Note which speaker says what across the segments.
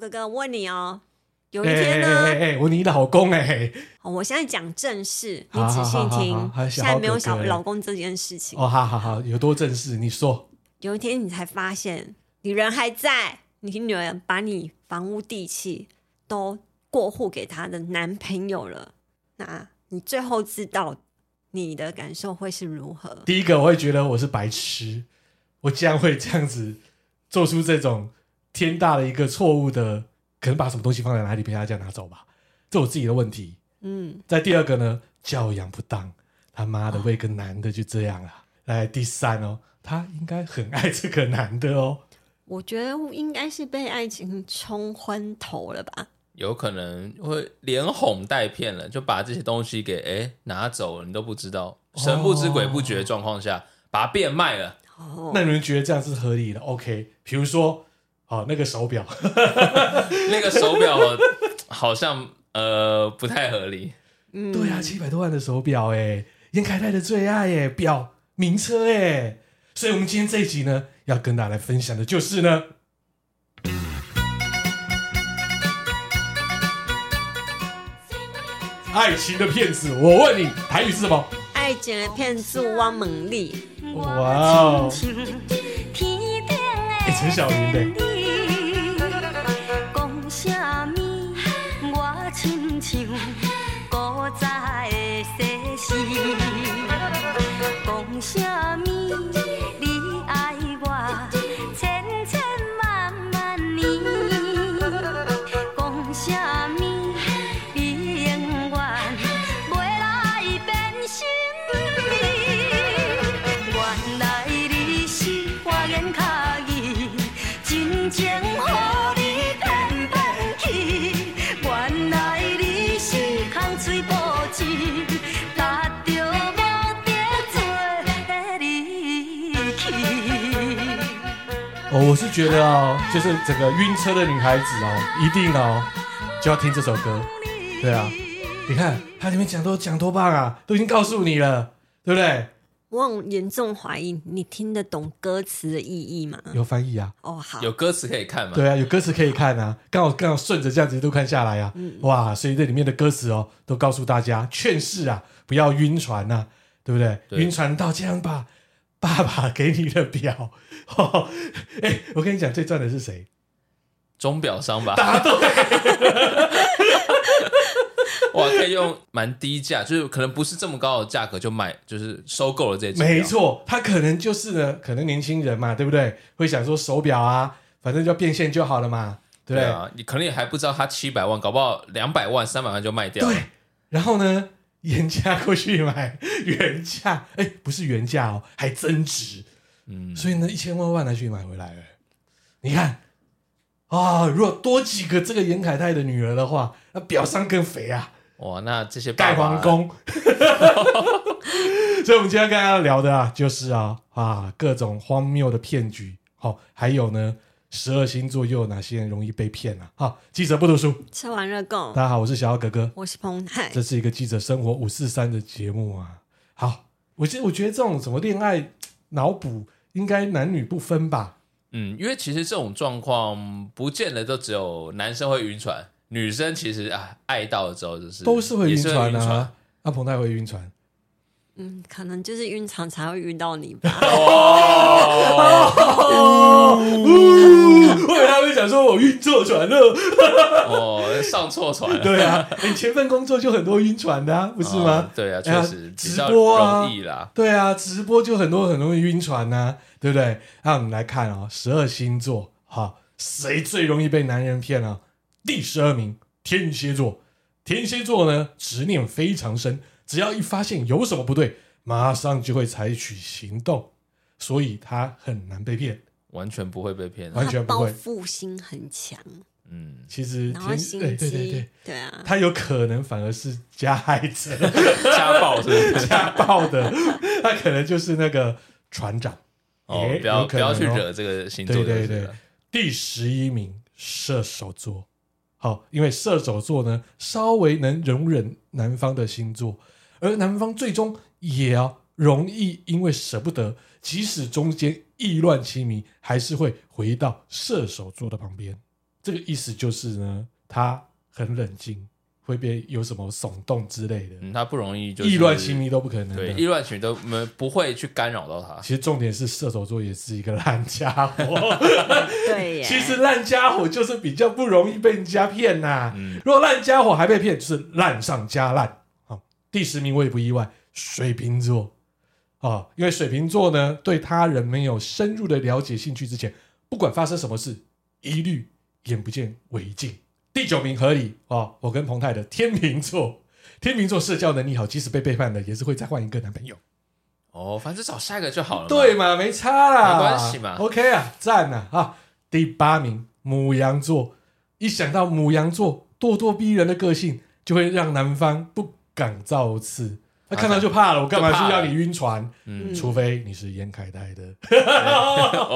Speaker 1: 哥哥，我问你哦，有一
Speaker 2: 哎
Speaker 1: 天
Speaker 2: 哎
Speaker 1: 呢，
Speaker 2: 哎哎，我你老公哎、
Speaker 1: 哦我现在讲正事，你
Speaker 2: 好
Speaker 1: 仔细
Speaker 2: 好好
Speaker 1: 听
Speaker 2: 好好，好
Speaker 1: 现在没有
Speaker 2: 小
Speaker 1: 小
Speaker 2: 哥哥
Speaker 1: 老公这件事情。
Speaker 2: 哦，好好好，有多正式？你说
Speaker 1: 有一天你才发现，你人还在，你女儿把你房屋地契都过户给她的男朋友了，那你最后知道你的感受会是如何？
Speaker 2: 第一个，我会觉得我是白痴，我竟然会这样子做出这种天大的一个错误的，可能把什么东西放在哪里被他这样拿走吧，这我自己的问题。
Speaker 1: 嗯，
Speaker 2: 再第二个呢，教养不当，他妈的为个男的就这样了。来第三哦，他应该很爱这个男的哦。
Speaker 1: 我觉得应该是被爱情冲昏头了吧。
Speaker 3: 有可能会连哄带骗了，就把这些东西给哎拿走了，你都不知道，神不知鬼不觉的状况下，把它变卖 了。
Speaker 1: 哦，
Speaker 2: 那你们觉得这样是合理的？OK，比如说，好、那个手表，
Speaker 3: 那个手表好像呃不太合理，
Speaker 1: 嗯
Speaker 2: 对啊，七百多万的手表，哎，严凯泰的最爱，哎，表名车，哎，所以我们今天这一集呢，要跟大家来分享的就是呢，爱情的骗子，我问你，台语是什么？
Speaker 1: 爱情的骗子汪猛力，
Speaker 2: 哇哦，
Speaker 4: 天顶
Speaker 2: 哎，陈小云的，
Speaker 4: 的讲什么？我亲像古早的世事，讲什么？你爱我千千万万年，讲什么？你永远袂来变心意。原来你是我眼角意，真情予你骗骗去。原来你是空嘴无舌，搭着无着做的你去。
Speaker 2: 哦，我是觉得哦，就是整个晕车的女孩子哦，一定哦就要听这首歌，对啊，你看它里面讲都讲多棒啊，都已经告诉你了，对不对？
Speaker 1: 我很严重怀疑你听得懂歌词的意义吗？
Speaker 2: 有翻译啊，
Speaker 1: 哦，好，
Speaker 3: 有歌词可以看吗？
Speaker 2: 对啊，有歌词可以看啊，刚好刚好顺着这样子一路看下来啊，哇，所以这里面的歌词哦，都告诉大家劝世啊，不要晕船呐、对不对？
Speaker 3: 对
Speaker 2: 晕船到这样吧。爸爸给你的表， 哎、我跟你讲，最赚的是谁？
Speaker 3: 钟表商吧？答对。 哇，可以用蛮低价，就是可能不是这么高的价格就买，就是收购了这只。
Speaker 2: 没，错，他可能就是呢，可能年轻人嘛，对不对？会想说手表啊，反正就变现就好了嘛，对不
Speaker 3: 对
Speaker 2: 对？
Speaker 3: 啊，你可能也还不知道它七百万，搞不好两百万、三百万就卖掉了。
Speaker 2: 对，然后呢，原价过去买，原价哎、不是原价哦，还增值，
Speaker 3: 嗯，
Speaker 2: 所以呢，一千万万拿去买回来了。你看啊、如果多几个这个严凯泰的女儿的话，那表上更肥啊，
Speaker 3: 哇，那这些爸
Speaker 2: 盖
Speaker 3: 爸
Speaker 2: 皇宫。 所以，我们今天跟大家聊的啊，就是啊啊各种荒谬的骗局，好、还有呢，十二星座又有哪些人容易被骗啊？好、记者不读书，
Speaker 1: 吃完热狗，
Speaker 2: 大家好，我是小奥哥哥，
Speaker 1: 我是彭泰
Speaker 2: 这，是一个记者生活五四三的节目啊。好，我觉得我觉得这种什么恋爱脑补，应该男女不分吧？
Speaker 3: 嗯，因为其实这种状况不见得都只有男生会晕船，女生其实啊爱到了之后就是
Speaker 2: 都是会
Speaker 3: 也
Speaker 2: 晕
Speaker 3: 是
Speaker 2: 船
Speaker 3: 晕
Speaker 2: 啊。阿彭太会晕船，
Speaker 1: 嗯，可能就是晕船才会遇到你吧。
Speaker 3: 哦
Speaker 2: 哦我以为他会想说我晕错船了。
Speaker 3: 哦，上错船了，
Speaker 2: 对啊，你前份工作就很多晕船的、 啊，不
Speaker 3: 不
Speaker 2: 是吗？
Speaker 3: 对啊，
Speaker 2: 哎呀
Speaker 3: 确实比
Speaker 2: 直
Speaker 3: 较
Speaker 2: 播啊
Speaker 3: 容易啦。
Speaker 2: 对啊，直播就很多很容易晕船呐、对不对？那我们来看哦，十二星座，好，谁最容易被男人骗啊？第十二名，天蝎座。天蝎座呢，执念非常深，只要一发现有什么不对，马上就会采取行动，所以他很难被骗，
Speaker 3: 完全不会被骗啊。
Speaker 2: 完全不
Speaker 1: 报
Speaker 2: 会。
Speaker 1: 复心很强，
Speaker 3: 嗯，
Speaker 2: 其实
Speaker 1: 然后
Speaker 2: 天，
Speaker 1: 心
Speaker 2: 对
Speaker 1: 机，
Speaker 2: 对对对，
Speaker 1: 啊，
Speaker 2: 他有可能反而是加害者。
Speaker 3: 家暴是不是？
Speaker 2: 家暴的，他可能就是那个船长。
Speaker 3: 哦
Speaker 2: 也，
Speaker 3: 不要
Speaker 2: 有可
Speaker 3: 不
Speaker 2: 能
Speaker 3: 要
Speaker 2: 哦
Speaker 3: 去惹这个星座就
Speaker 2: 对
Speaker 3: 是了，
Speaker 2: 对对，第十一名射手座。好，因为射手座呢，稍微能容忍南方的星座，而南方最终也要容易因为舍不得，即使中间意乱情迷，还是会回到射手座的旁边。这个意思就是呢，他很冷静，会被有什么耸动之类的，
Speaker 3: 嗯，他不容易就是
Speaker 2: 意乱情迷，都不可能的。
Speaker 3: 对，意乱情迷都没不会去干扰到他。
Speaker 2: 其实重点是射手座也是一个烂家 伙，
Speaker 1: 对耶，
Speaker 2: 其实烂家伙就是比较不容易被人家骗呐、
Speaker 3: 嗯
Speaker 2: 如果烂家伙还被骗，就是烂上加烂。好、第十名我也不意外，水瓶座啊、因为水瓶座呢，对他人没有深入的了解、兴趣之前，不管发生什么事，一律眼不见为净。第九名合理啊、哦我跟彭泰的天秤座，天秤座社交能力好，即使被背叛了，也是会再换一个男朋友。
Speaker 3: 哦，反正找下一个就好了嘛。
Speaker 2: 对嘛，没差啦，
Speaker 3: 没关系嘛
Speaker 2: OK 啊，赞啊啊！第八名母羊座，一想到母羊座咄咄逼人的个性，就会让男方不敢造次。他看到就怕了，我干嘛
Speaker 3: 啊就怕
Speaker 2: 去
Speaker 3: 了
Speaker 2: 让你晕船？
Speaker 3: 嗯
Speaker 2: 除非你是严凯泰的
Speaker 3: 哦，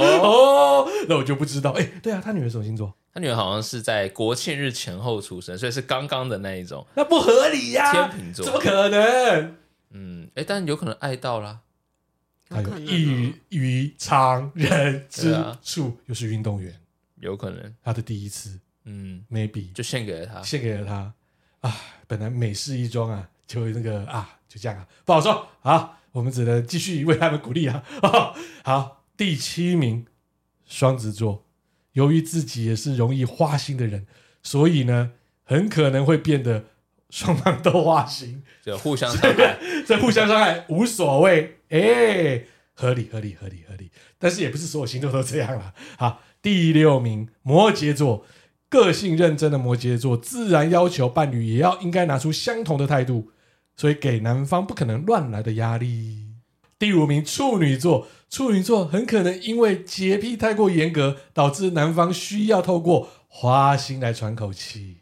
Speaker 2: 哦，那我就不知道。哎，对啊，他女儿什么星座？
Speaker 3: 他女儿好像是在国庆日前后出生，所以是刚刚的那一种。
Speaker 2: 那不合理呀、
Speaker 3: 天秤
Speaker 2: 啊
Speaker 3: 座
Speaker 2: 怎么可能？
Speaker 3: 嗯，哎，但有可能爱到啦。
Speaker 1: 有可能
Speaker 2: 异
Speaker 1: 哦
Speaker 2: 于常人之
Speaker 3: 对啊
Speaker 2: 处，又是运动员，
Speaker 3: 有可能，
Speaker 2: 他的第一次
Speaker 3: 嗯，
Speaker 2: maybe
Speaker 3: 就献给了他。
Speaker 2: 献给了他啊。本来美式一装啊，就那个啊，就这样啊，不好说。好，我们只能继续为他们鼓励啊。 好，第七名，双子座，由于自己也是容易花心的人，所以呢，很可能会变得双方都花心，
Speaker 3: 就互相伤害。
Speaker 2: 这互相伤害无所谓，哎、合理合理合理合理，但是也不是所有星座都这样啦。 好，第六名摩羯座，个性认真的摩羯座，自然要求伴侣也要应该拿出相同的态度，所以给男方不可能乱来的压力。第五名处女座，处女座很可能因为洁癖太过严格，导致男方需要透过花心来喘口气。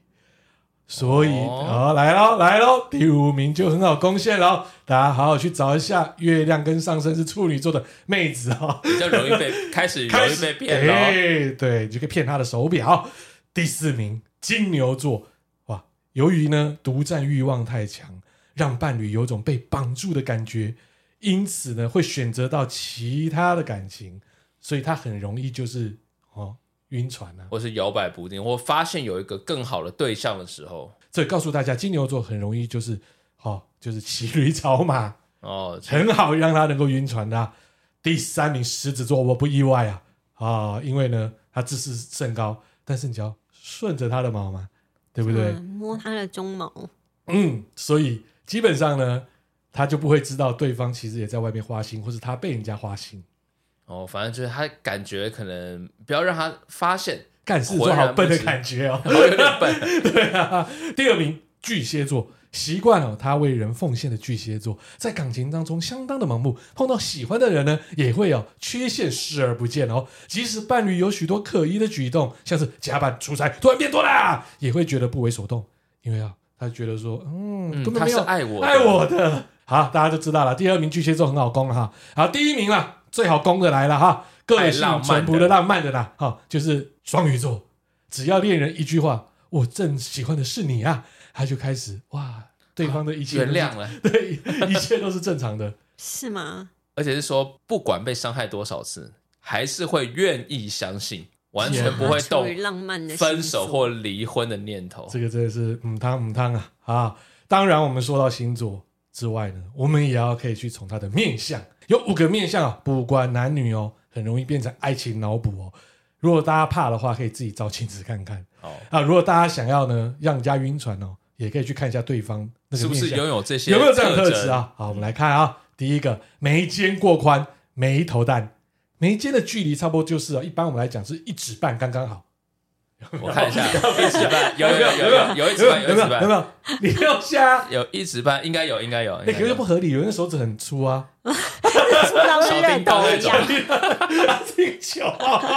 Speaker 2: 所以，
Speaker 3: 哦
Speaker 2: 哦，来喽，来喽，第五名就很好攻陷喽。大家好好去找一下月亮跟上升是处女座的妹子哦，
Speaker 3: 比较容易被开始容
Speaker 2: 开
Speaker 3: 易
Speaker 2: 始
Speaker 3: 被骗了哦。
Speaker 2: 哎对，你就可以骗她的手表。第四名金牛座，哇，由于呢独占欲望太强，让伴侣有种被绑住的感觉，因此呢会选择到其他的感情，所以他很容易就是哦晕船啊。
Speaker 3: 或是摇摆不定，或发现有一个更好的对象的时候，
Speaker 2: 所以告诉大家，金牛座很容易就是哦就是骑驴找马，
Speaker 3: 哦，
Speaker 2: 很好让他能够晕船的啊、第三名狮子座，我不意外啊啊，因为呢，他自视甚高，但是你只要顺着他的毛嘛，对不对？
Speaker 1: 嗯摸他的鬃毛，
Speaker 2: 嗯，所以基本上呢，他就不会知道对方其实也在外面花心，或是他被人家花心。
Speaker 3: 哦，反正就是他感觉可能不要让他发现，
Speaker 2: 干事做好笨的感觉哦，
Speaker 3: 哦有点笨，
Speaker 2: 对啊。第二名巨蟹座，习惯了他为人奉献的巨蟹座，在感情当中相当的盲目，碰到喜欢的人呢，也会哦缺陷视而不见哦。即使伴侣有许多可疑的举动，像是加班、出差，突然变多啦，也会觉得不为所动，因为啊，他觉得说， 嗯，
Speaker 3: 嗯
Speaker 2: 根本
Speaker 3: 他
Speaker 2: 没
Speaker 3: 是
Speaker 2: 有
Speaker 3: 爱我的
Speaker 2: 爱我的。好，大家就知道了。第二名巨蟹座很好攻了哈，好，第一名啦，最好攻的来了哈，个
Speaker 3: 爱
Speaker 2: 性
Speaker 3: 浪漫
Speaker 2: 淳朴
Speaker 3: 的
Speaker 2: 的、浪漫的啦，哈、就是双鱼座。只要恋人一句话“我正喜欢的是你啊”，他就开始哇，对方的一切
Speaker 3: 啊原
Speaker 2: 都是
Speaker 3: 谅，了，
Speaker 2: 对，一切都是正常的。
Speaker 1: 是吗？
Speaker 3: 而且是说不管被伤害多少次，还是会愿意相信，完全不会
Speaker 1: 处
Speaker 3: 动
Speaker 1: 于浪漫的星座
Speaker 3: 分手或离婚的念头。
Speaker 2: 这个真的是母汤母汤啊啊！当然，我们说到星座之外呢，我们也要可以去从它的面相，有五个面相啊，不管男女哦，很容易变成爱情脑补哦。如果大家怕的话，可以自己照镜子看看
Speaker 3: 哦，
Speaker 2: 啊。如果大家想要呢，让人家晕船哦，也可以去看一下对方那个
Speaker 3: 是不
Speaker 2: 面
Speaker 3: 是
Speaker 2: 相
Speaker 3: 拥有这些
Speaker 2: 有没有这样的特
Speaker 3: 特嗯
Speaker 2: 质？啊？好，我们来看啊，第一个眉间过宽，眉头淡，眉间的距离差不多就是啊，一般我们来讲是一指半刚刚好。
Speaker 3: 我看一下，一直半有有有有有一直
Speaker 2: 有
Speaker 3: 半
Speaker 2: 没有有没有
Speaker 3: 一直
Speaker 2: 有
Speaker 3: 半
Speaker 2: 没有？你要下，
Speaker 3: 有一直半应该有应该有，
Speaker 2: 哎那可是不
Speaker 3: 不
Speaker 2: 合理，有人手指很粗啊，
Speaker 1: 触到是热狗
Speaker 3: 小叮
Speaker 1: 一
Speaker 3: 当
Speaker 1: 样，
Speaker 2: 这个球啊，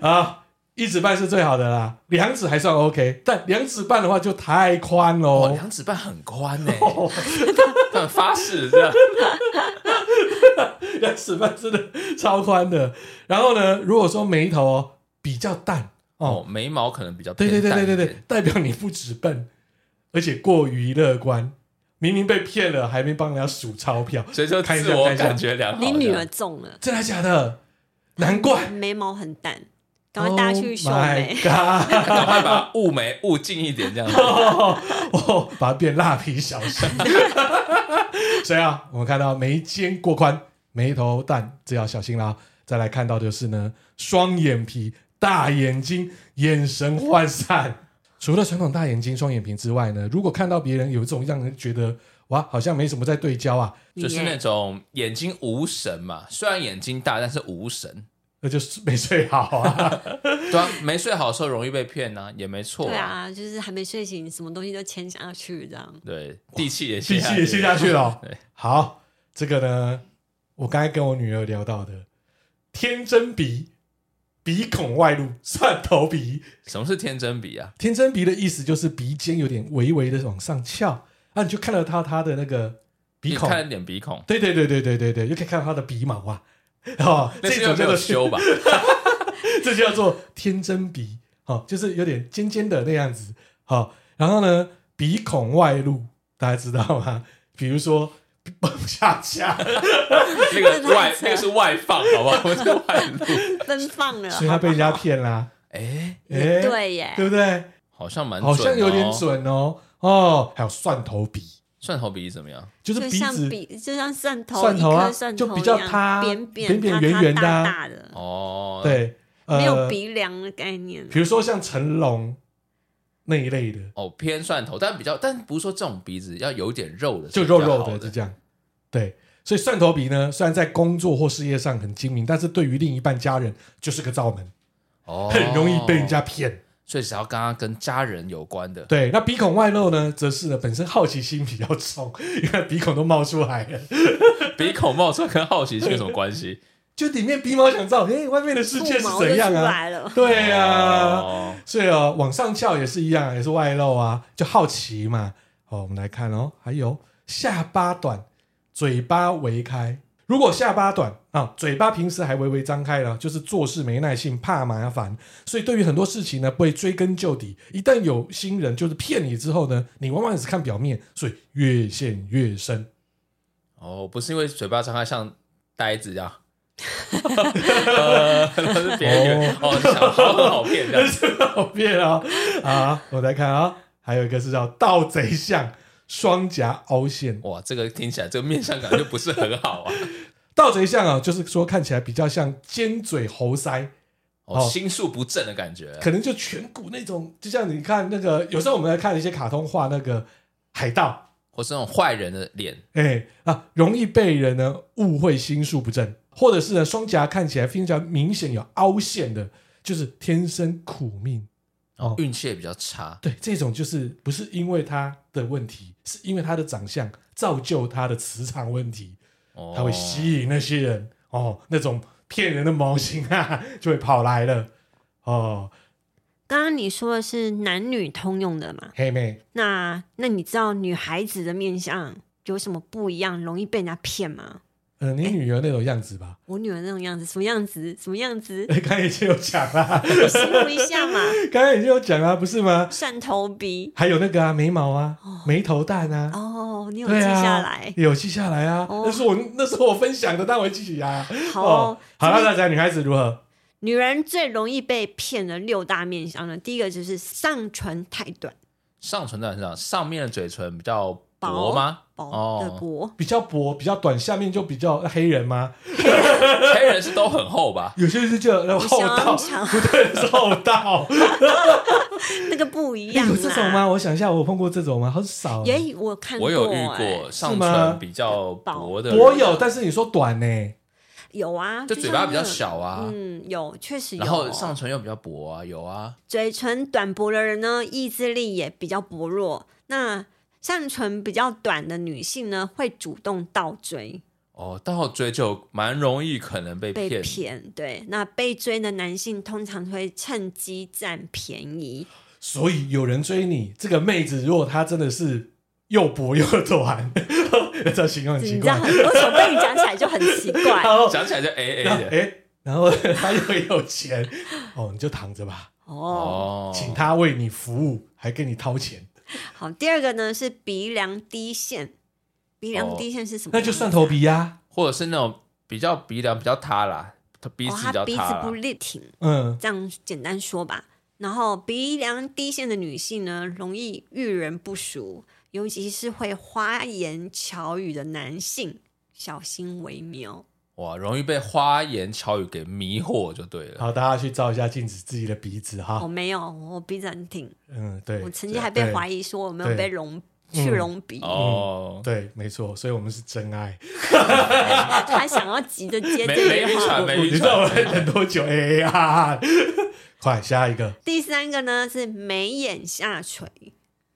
Speaker 2: 啊一指半是最好的啦，两指还算 OK，但两指半的话就太宽
Speaker 3: 哦，
Speaker 2: 喽。
Speaker 3: 两指半很宽呢，很发誓这样。
Speaker 2: 两指半真的超宽的。然后呢，如果说眉头哦比较淡
Speaker 3: 哦
Speaker 2: 哦，，
Speaker 3: 眉毛可能比较
Speaker 2: 对
Speaker 3: 偏
Speaker 2: 对对
Speaker 3: 淡
Speaker 2: 对
Speaker 3: 一
Speaker 2: 对对
Speaker 3: 点，，
Speaker 2: 代表你不止笨，而且过于乐观，明明被骗了还没帮人家数钞票，
Speaker 3: 所以就
Speaker 2: 看一
Speaker 3: 自
Speaker 2: 下
Speaker 3: 我
Speaker 2: 看一下
Speaker 3: 感觉良好。
Speaker 1: 你女儿中了，
Speaker 2: 真的假的？难怪
Speaker 1: 眉毛很淡，赶快大家去修
Speaker 2: Oh my
Speaker 1: 眉。
Speaker 2: God
Speaker 3: 赶快把雾眉雾近一点，这样子。
Speaker 2: 哦，把它变蜡笔小新。 所以啊，我们看到眉尖过宽，眉头淡，这要小心啦。再来看到就是呢，双眼皮、大眼睛、眼神涣散。除了传统大眼睛、双眼皮之外呢，如果看到别人有一种让人觉得哇，好像没什么在对焦啊，
Speaker 3: 就是那种眼睛无神嘛，虽然眼睛大，但是无神。
Speaker 2: 那就是没睡好啊。
Speaker 3: 对啊，没睡好的时候容易被骗啊，也没错、
Speaker 1: 对，啊，就是还没睡醒，什么东西都签下去这样。
Speaker 3: 对，地气也
Speaker 2: 脾气也泄下去了哦。
Speaker 3: 对，
Speaker 2: 好，这个呢，我刚才跟我女儿聊到的，天真鼻、鼻孔外露、蒜头鼻。
Speaker 3: 什么是天真鼻啊？
Speaker 2: 天真鼻的意思就是鼻尖有点微微的往上翘，啊，你就看得到她的那个鼻孔
Speaker 3: 你，看脸鼻孔，
Speaker 2: 对对对对对对对，就可以看到她的鼻毛啊。 哦，
Speaker 3: 那
Speaker 2: 这
Speaker 3: 是
Speaker 2: 种
Speaker 3: 有没
Speaker 2: 叫
Speaker 3: 有
Speaker 2: 做
Speaker 3: 修吧？
Speaker 2: 这就叫做天真鼻，好、就是有点尖尖的那样子，好、然后呢，鼻孔外露，大家知道吗？比如说 蹦啊恰恰，
Speaker 3: 那个外
Speaker 1: 这太扯
Speaker 3: 那个是外放，好不好？ 不是外露。
Speaker 1: 奔放了，
Speaker 2: 所以他被人家骗啦，
Speaker 3: 哎、
Speaker 2: 哎、
Speaker 1: 也对耶，
Speaker 2: 对不对？
Speaker 3: 好像蛮、
Speaker 2: 好像有点。准哦，哦，还有蒜头鼻，
Speaker 3: 蒜头鼻怎么样？
Speaker 2: 就是
Speaker 1: 就
Speaker 2: 鼻
Speaker 1: 像
Speaker 2: 子。
Speaker 1: 鼻，就像蒜头，
Speaker 2: 蒜头
Speaker 1: 一
Speaker 2: 啊
Speaker 1: 颗蒜头
Speaker 2: 就比较
Speaker 1: 一样
Speaker 2: 塌
Speaker 1: 扁
Speaker 2: 扁扁
Speaker 1: 扁塌
Speaker 2: 圆
Speaker 1: 塌
Speaker 2: 圆的啊
Speaker 1: 大大的，
Speaker 3: 哦，，
Speaker 2: 对，呃
Speaker 1: 嗯没有鼻梁的概念。
Speaker 2: 比如说像成龙那一类的，
Speaker 3: 哦，偏蒜头，但比较，但不是说这种鼻子要有点肉的，
Speaker 2: 就肉肉
Speaker 3: 的
Speaker 2: 的，就这样。对，所以蒜头鼻呢，虽然在工作或事业上很精明，但是对于另一半家人就是个罩门，
Speaker 3: 哦，
Speaker 2: 很容易被人家。骗。
Speaker 3: 所以只要刚刚跟家人有关的，
Speaker 2: 对，那鼻孔外露呢，则是呢本身好奇心比较重，因为鼻孔都冒出来了，
Speaker 3: 鼻孔冒出来跟好奇心有什么关系？
Speaker 2: 就里面鼻毛想知道，哎、外面的世界
Speaker 1: 兔
Speaker 2: 是
Speaker 1: 毛就
Speaker 2: 怎样
Speaker 1: 出
Speaker 2: 啊？
Speaker 1: 来了，
Speaker 2: 对呀、啊。
Speaker 3: 哦
Speaker 2: 所以哦，往上翘也是一样，也是外露啊，就好奇嘛。哦，我们来看哦，还有下巴短，嘴巴微开。如果下巴短啊、嘴巴平时还微微张开呢，就是做事没耐性，怕麻烦，所以对于很多事情呢，不会追根究底。一旦有新人就是骗你之后呢，你往往只看表面，所以越陷越深。
Speaker 3: 哦，不是因为嘴巴张开像呆子一样，呃，都是别人以为哦，想好很好骗这样。
Speaker 2: 好骗啊！啊，我来看啊、还有一个是叫盗贼像，双颊凹陷。
Speaker 3: 哇，这个听起来这个面相感就不是很好 啊。
Speaker 2: 盗贼像啊，就是说看起来比较像尖嘴猴腮，
Speaker 3: 哦，
Speaker 2: 哦
Speaker 3: 心术不正的感觉。啊
Speaker 2: 可能就颧骨那种，就像你看那个，有时候我们来看一些卡通画那个海盗，
Speaker 3: 或是那种坏人的脸，
Speaker 2: 哎、啊，容易被人呢误会心术不正，或者是呢双颊看起来非常明显有凹陷的，就是天生苦命。哦
Speaker 3: 运气也比较差。
Speaker 2: 对，这种就是不是因为他的问题，是因为他的长相造就他的磁场问题，
Speaker 3: 哦，
Speaker 2: 他会吸引那些人哦，那种骗人的毛型啊，就会跑来了哦，
Speaker 1: 刚刚你说的是男女通用的嘛？
Speaker 2: 黑妹。
Speaker 1: 那那你知道女孩子的面相有什么不一样，容易被人家骗吗？
Speaker 2: 呃，你女儿那种样子吧？
Speaker 1: 我女儿那种样子，什么样子？什么样子？
Speaker 2: 刚才已经有讲 啦，
Speaker 1: 我形容一下嘛，
Speaker 2: 刚才已经有讲啊啦，不是吗？
Speaker 1: 蒜头鼻。
Speaker 2: 还有那个啊，眉毛啊，眉头淡啊，
Speaker 1: 哦，你有记
Speaker 2: 对啊，
Speaker 1: 下来？
Speaker 2: 有记下来啊。
Speaker 1: 哦
Speaker 2: 那是我那是我分享的，但我会记起来啊。
Speaker 1: 好哦
Speaker 2: 好了，大家女孩子如何？
Speaker 1: 女人最容易被骗的六大面相呢，第一个就是上唇太短，
Speaker 3: 上唇在身上，上面的嘴唇比较薄
Speaker 1: 薄
Speaker 3: 吗？哦
Speaker 1: 薄的 薄，
Speaker 2: 比较薄，比较短，下面就比较黑人吗？
Speaker 3: 黑人是都很厚吧？
Speaker 2: 有些是就那
Speaker 3: 哦
Speaker 1: 我
Speaker 2: 厚道
Speaker 1: 想，想
Speaker 2: 不对，是厚道。
Speaker 1: 那个不一
Speaker 3: 哎
Speaker 1: 样啦啊
Speaker 2: 有这种？吗？我想一下，我碰过这种吗？好少。哦
Speaker 1: 也我看过、
Speaker 3: 我
Speaker 1: 欸，
Speaker 3: 有遇过上
Speaker 2: 吗
Speaker 3: 唇比较薄的人，
Speaker 2: 我有，但是你说短呢？
Speaker 1: 有啊，
Speaker 3: 就嘴巴比较
Speaker 1: 像
Speaker 3: 小
Speaker 1: 那
Speaker 3: 啊
Speaker 1: 个。，嗯，有，确实有。
Speaker 3: 然后上唇又比较薄啊，有啊，
Speaker 1: 嘴唇短薄的人呢，意志力也比较薄弱。那上唇比较短的女性呢，会主动倒追
Speaker 3: 哦，到追就蛮容易可能被
Speaker 1: 被
Speaker 3: 骗。
Speaker 1: 骗。对，那被追的男性通常会趁机占便宜。
Speaker 2: 所以有人追你，这个妹子如果她真的是又薄又短， 这形容很奇
Speaker 1: 你知道，
Speaker 2: 怪。
Speaker 1: 为什么被你讲起来就很奇 怪？
Speaker 2: 然后，
Speaker 3: 讲起来就 A A
Speaker 2: 然后
Speaker 3: 的
Speaker 2: 哎，然后她又有钱，哦，你就躺着吧，
Speaker 1: 哦，
Speaker 3: 哦，
Speaker 2: 请她为你服务，还给你掏钱，
Speaker 1: 好，第二个呢是鼻梁低线，
Speaker 3: 哦
Speaker 1: 鼻梁低线是什么、
Speaker 2: 那就蒜头。鼻呀、
Speaker 3: 或者是那种比较鼻梁比较塌啦，他鼻
Speaker 1: 哦，
Speaker 3: 子
Speaker 1: 他
Speaker 3: 比较
Speaker 1: 鼻子
Speaker 3: 塌
Speaker 1: 不
Speaker 3: 了，
Speaker 1: 力挺，
Speaker 2: 嗯，
Speaker 3: 哦
Speaker 1: 这样简单说吧。然后鼻梁低陷的女性呢，容易遇人不淑，尤其是会花言巧语的男性，小心为妙。
Speaker 3: 哇，容易被花言巧语给迷惑就对了。
Speaker 2: 好，大家去照一下镜子，自己的鼻子
Speaker 1: 我
Speaker 3: 啊
Speaker 2: 哈。
Speaker 1: 哦没有，我鼻子很挺，
Speaker 2: 嗯，对，
Speaker 1: 我曾经还被
Speaker 2: 对
Speaker 1: 怀疑说我没有
Speaker 2: 对
Speaker 1: 被隆去隆鼻，
Speaker 3: 嗯哦，
Speaker 2: 对，没错，所以我们是真爱。
Speaker 1: 他想要急着接
Speaker 3: 没
Speaker 1: 这
Speaker 3: 没
Speaker 1: 句
Speaker 3: 晕
Speaker 1: 话。
Speaker 3: 船，没
Speaker 2: 你
Speaker 3: 晕
Speaker 2: 知道我，
Speaker 3: 船
Speaker 2: 在等多久？哎呀，快下一个。
Speaker 1: 第三个呢是眉眼下垂，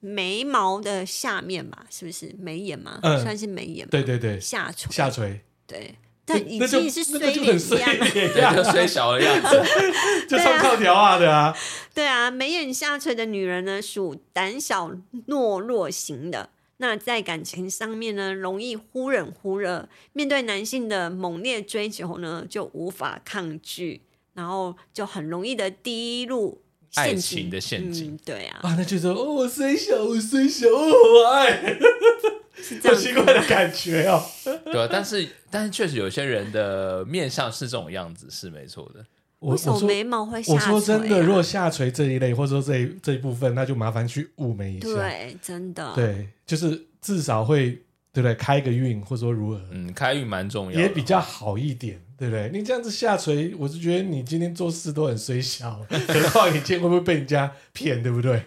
Speaker 1: 眉毛的下面吧，是不是眉眼嘛？
Speaker 2: 嗯
Speaker 1: 算是眉眼吧，
Speaker 2: 对对对，
Speaker 1: 下垂，
Speaker 2: 下垂，
Speaker 1: 对，
Speaker 2: 那
Speaker 1: 但已
Speaker 2: 那就
Speaker 1: 经是
Speaker 2: 那
Speaker 1: 水
Speaker 2: 个就很
Speaker 1: 脸
Speaker 2: 水
Speaker 1: 一样了。啊
Speaker 2: 脸
Speaker 3: 对，
Speaker 2: 呀，
Speaker 3: 就虽小的样子，
Speaker 2: 就上靠条啊的啊。
Speaker 1: 对啊，眉眼下垂的女人呢，属胆小懦弱型的。那在感情上面呢，容易忽冷忽热，面对男性的猛烈追求呢，就无法抗拒，然后就很容易的第一路
Speaker 3: 爱
Speaker 1: 陷
Speaker 3: 情的陷阱
Speaker 1: 嗯、对啊，
Speaker 2: 啊，那就是哦，我虽小，我虽小，哦，我爱，
Speaker 1: 是这样
Speaker 2: 好奇
Speaker 1: 子。
Speaker 2: 怪的感觉哦。
Speaker 3: 对啊，但是但是确实有些人的面相是这种样子，是没错的。
Speaker 2: 我
Speaker 1: 为什么
Speaker 2: 我说
Speaker 1: 眉毛会下垂、
Speaker 2: 我
Speaker 1: 啊？
Speaker 2: 说真的，如果下垂这一类，或者说这一这一部分，那就麻烦去雾眉一下。
Speaker 1: 对，啊真的，
Speaker 2: 对，就是至少会对不对开个运，或者说如何、
Speaker 3: 嗯，开运蛮重要的，
Speaker 2: 也比较好一点，对不对？你这样子下垂，我是觉得你今天做事都很虽小， 何况你今天会不会被人家骗，对不对？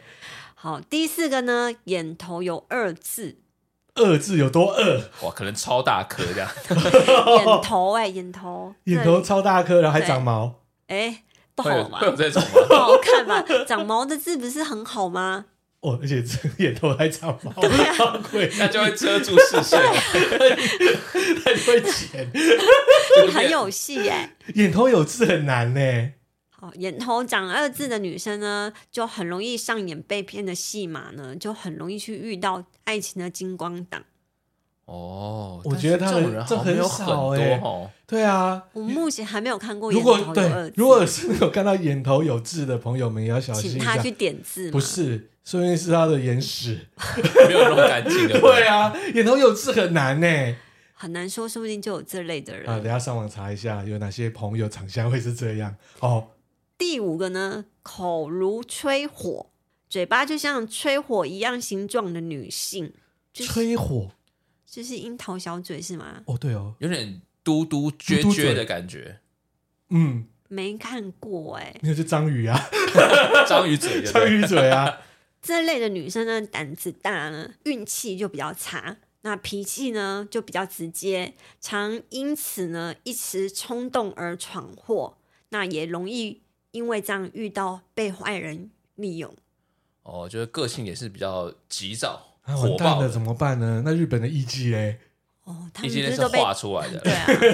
Speaker 1: 好，第四个呢，眼头有二字，
Speaker 2: 恶字有多恶？
Speaker 3: 哇，可能超大颗这样。
Speaker 1: 眼头哎、眼头，
Speaker 2: 眼头
Speaker 1: 这里
Speaker 2: 超大颗，然后还长毛，
Speaker 1: 哎、不
Speaker 3: 会 有
Speaker 1: 好吧
Speaker 3: 会？有这种吗？
Speaker 1: 不好看吧？长毛的字不是很好吗？
Speaker 2: 哦，而且这眼头还长毛，
Speaker 1: 啊
Speaker 2: 好贵，
Speaker 3: 那就会遮住视线，
Speaker 2: 还会剪。
Speaker 3: 就
Speaker 1: 很
Speaker 3: 变
Speaker 1: 有戏耶、
Speaker 2: 眼头有痣很难呢、
Speaker 1: 好，眼头长二字的女生呢，就很容易上演被骗的戏码呢，就很容易去遇到爱情的金光党。
Speaker 3: 哦。
Speaker 2: 我觉得
Speaker 3: 但是
Speaker 2: 他
Speaker 3: 这
Speaker 2: 们
Speaker 3: 种
Speaker 2: 这
Speaker 3: 人好像没有
Speaker 2: 很
Speaker 3: 很
Speaker 2: 少
Speaker 3: 多
Speaker 2: 欸
Speaker 3: 哦。
Speaker 2: 对啊，
Speaker 1: 我目前还没有看过
Speaker 2: 如
Speaker 1: 哦眼
Speaker 2: 果
Speaker 1: 头有二
Speaker 2: 对
Speaker 1: 字，，
Speaker 2: 如果是有看到眼头有痣的朋友们，也要小心
Speaker 1: 请
Speaker 2: 一
Speaker 1: 他
Speaker 2: 下
Speaker 1: 去。点字嘛，
Speaker 2: 不是，说明是他的 眼屎。
Speaker 3: 没有弄干 净的。
Speaker 2: 对，啊，眼头有痣很难呢、
Speaker 1: 很难说，说不定就有这类的人。
Speaker 2: 啊，等一下上网查一下，有哪些朋友长相会是这样哦？
Speaker 1: 第五个呢，口如吹火，嘴巴就像吹火一样形状的女性，就是
Speaker 2: 吹火
Speaker 1: 就是樱桃小嘴是吗？
Speaker 2: 哦，对哦，
Speaker 3: 有点嘟嘟撅
Speaker 2: 嘟嘟
Speaker 3: 撅
Speaker 2: 嘴
Speaker 3: 的感觉，
Speaker 2: 嗯，
Speaker 1: 没看过哎、
Speaker 2: 那是章鱼啊，
Speaker 3: 章鱼嘴的。
Speaker 2: 章鱼嘴 啊，
Speaker 1: 这类的女生呢，胆子大呢，运气就比较差，那脾气呢就比较直接，常因此呢一时冲动而闯祸，那也容易因为这样遇到被坏人利用。
Speaker 3: 哦，就是个性也是比较急躁、
Speaker 2: 啊
Speaker 3: 火
Speaker 2: 完蛋
Speaker 3: 爆
Speaker 2: 了，
Speaker 3: 的，
Speaker 2: 怎么办呢？那日本的艺妓嘞，
Speaker 1: 哦，他
Speaker 3: 一
Speaker 1: 们不
Speaker 3: 些
Speaker 1: 是
Speaker 3: 是
Speaker 1: 都被
Speaker 3: 画出来
Speaker 1: 对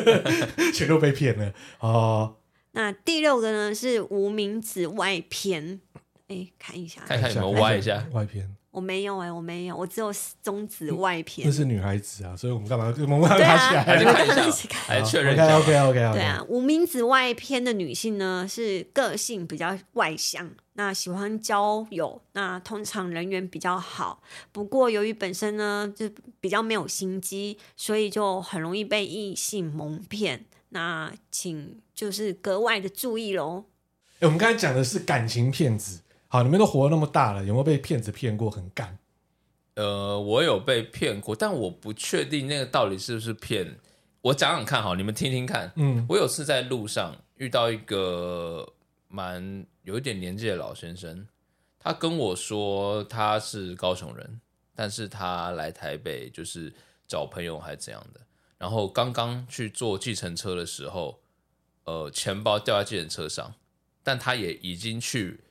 Speaker 3: 的。
Speaker 1: 啊。
Speaker 2: 全都被骗了哦。
Speaker 1: 那第六个呢是无名指外偏，哎，看一下，
Speaker 3: 看一下有没有歪一下，
Speaker 2: 外偏，
Speaker 1: 我没有哎、我没有，我只有中指外
Speaker 2: 那
Speaker 1: 偏。
Speaker 2: 是女孩子啊，所以我们干嘛我们要
Speaker 1: 对
Speaker 2: 拿起
Speaker 1: 啊，
Speaker 2: 来哦
Speaker 3: 还？是看一 下
Speaker 1: 一起看
Speaker 3: 来哎确认一
Speaker 2: OK
Speaker 3: 下吧。
Speaker 2: OK OK OK，
Speaker 1: 对啊，无名指外偏的女性呢，是个性比较外向，那喜欢交友，那通常人缘比较好。不过由于本身呢就比较没有心机，所以就很容易被异性蒙骗。那请就是格外的注意喽。
Speaker 2: 欸我们刚才讲的是感情骗子。好，你们都活那么大了，有没有被骗子骗过？很干，
Speaker 3: 呃，我有被骗过，但我不确定那个到底是不是骗。我讲讲看哈，你们听听看。
Speaker 2: 嗯，
Speaker 3: 我有次在路上遇到一个蛮有一点年纪的老先生，他跟我说他是高雄人，但是他来台北就是找朋友还是怎样的。然后刚刚去坐计程车的时候，呃，钱包掉在计程车上，但他也已经去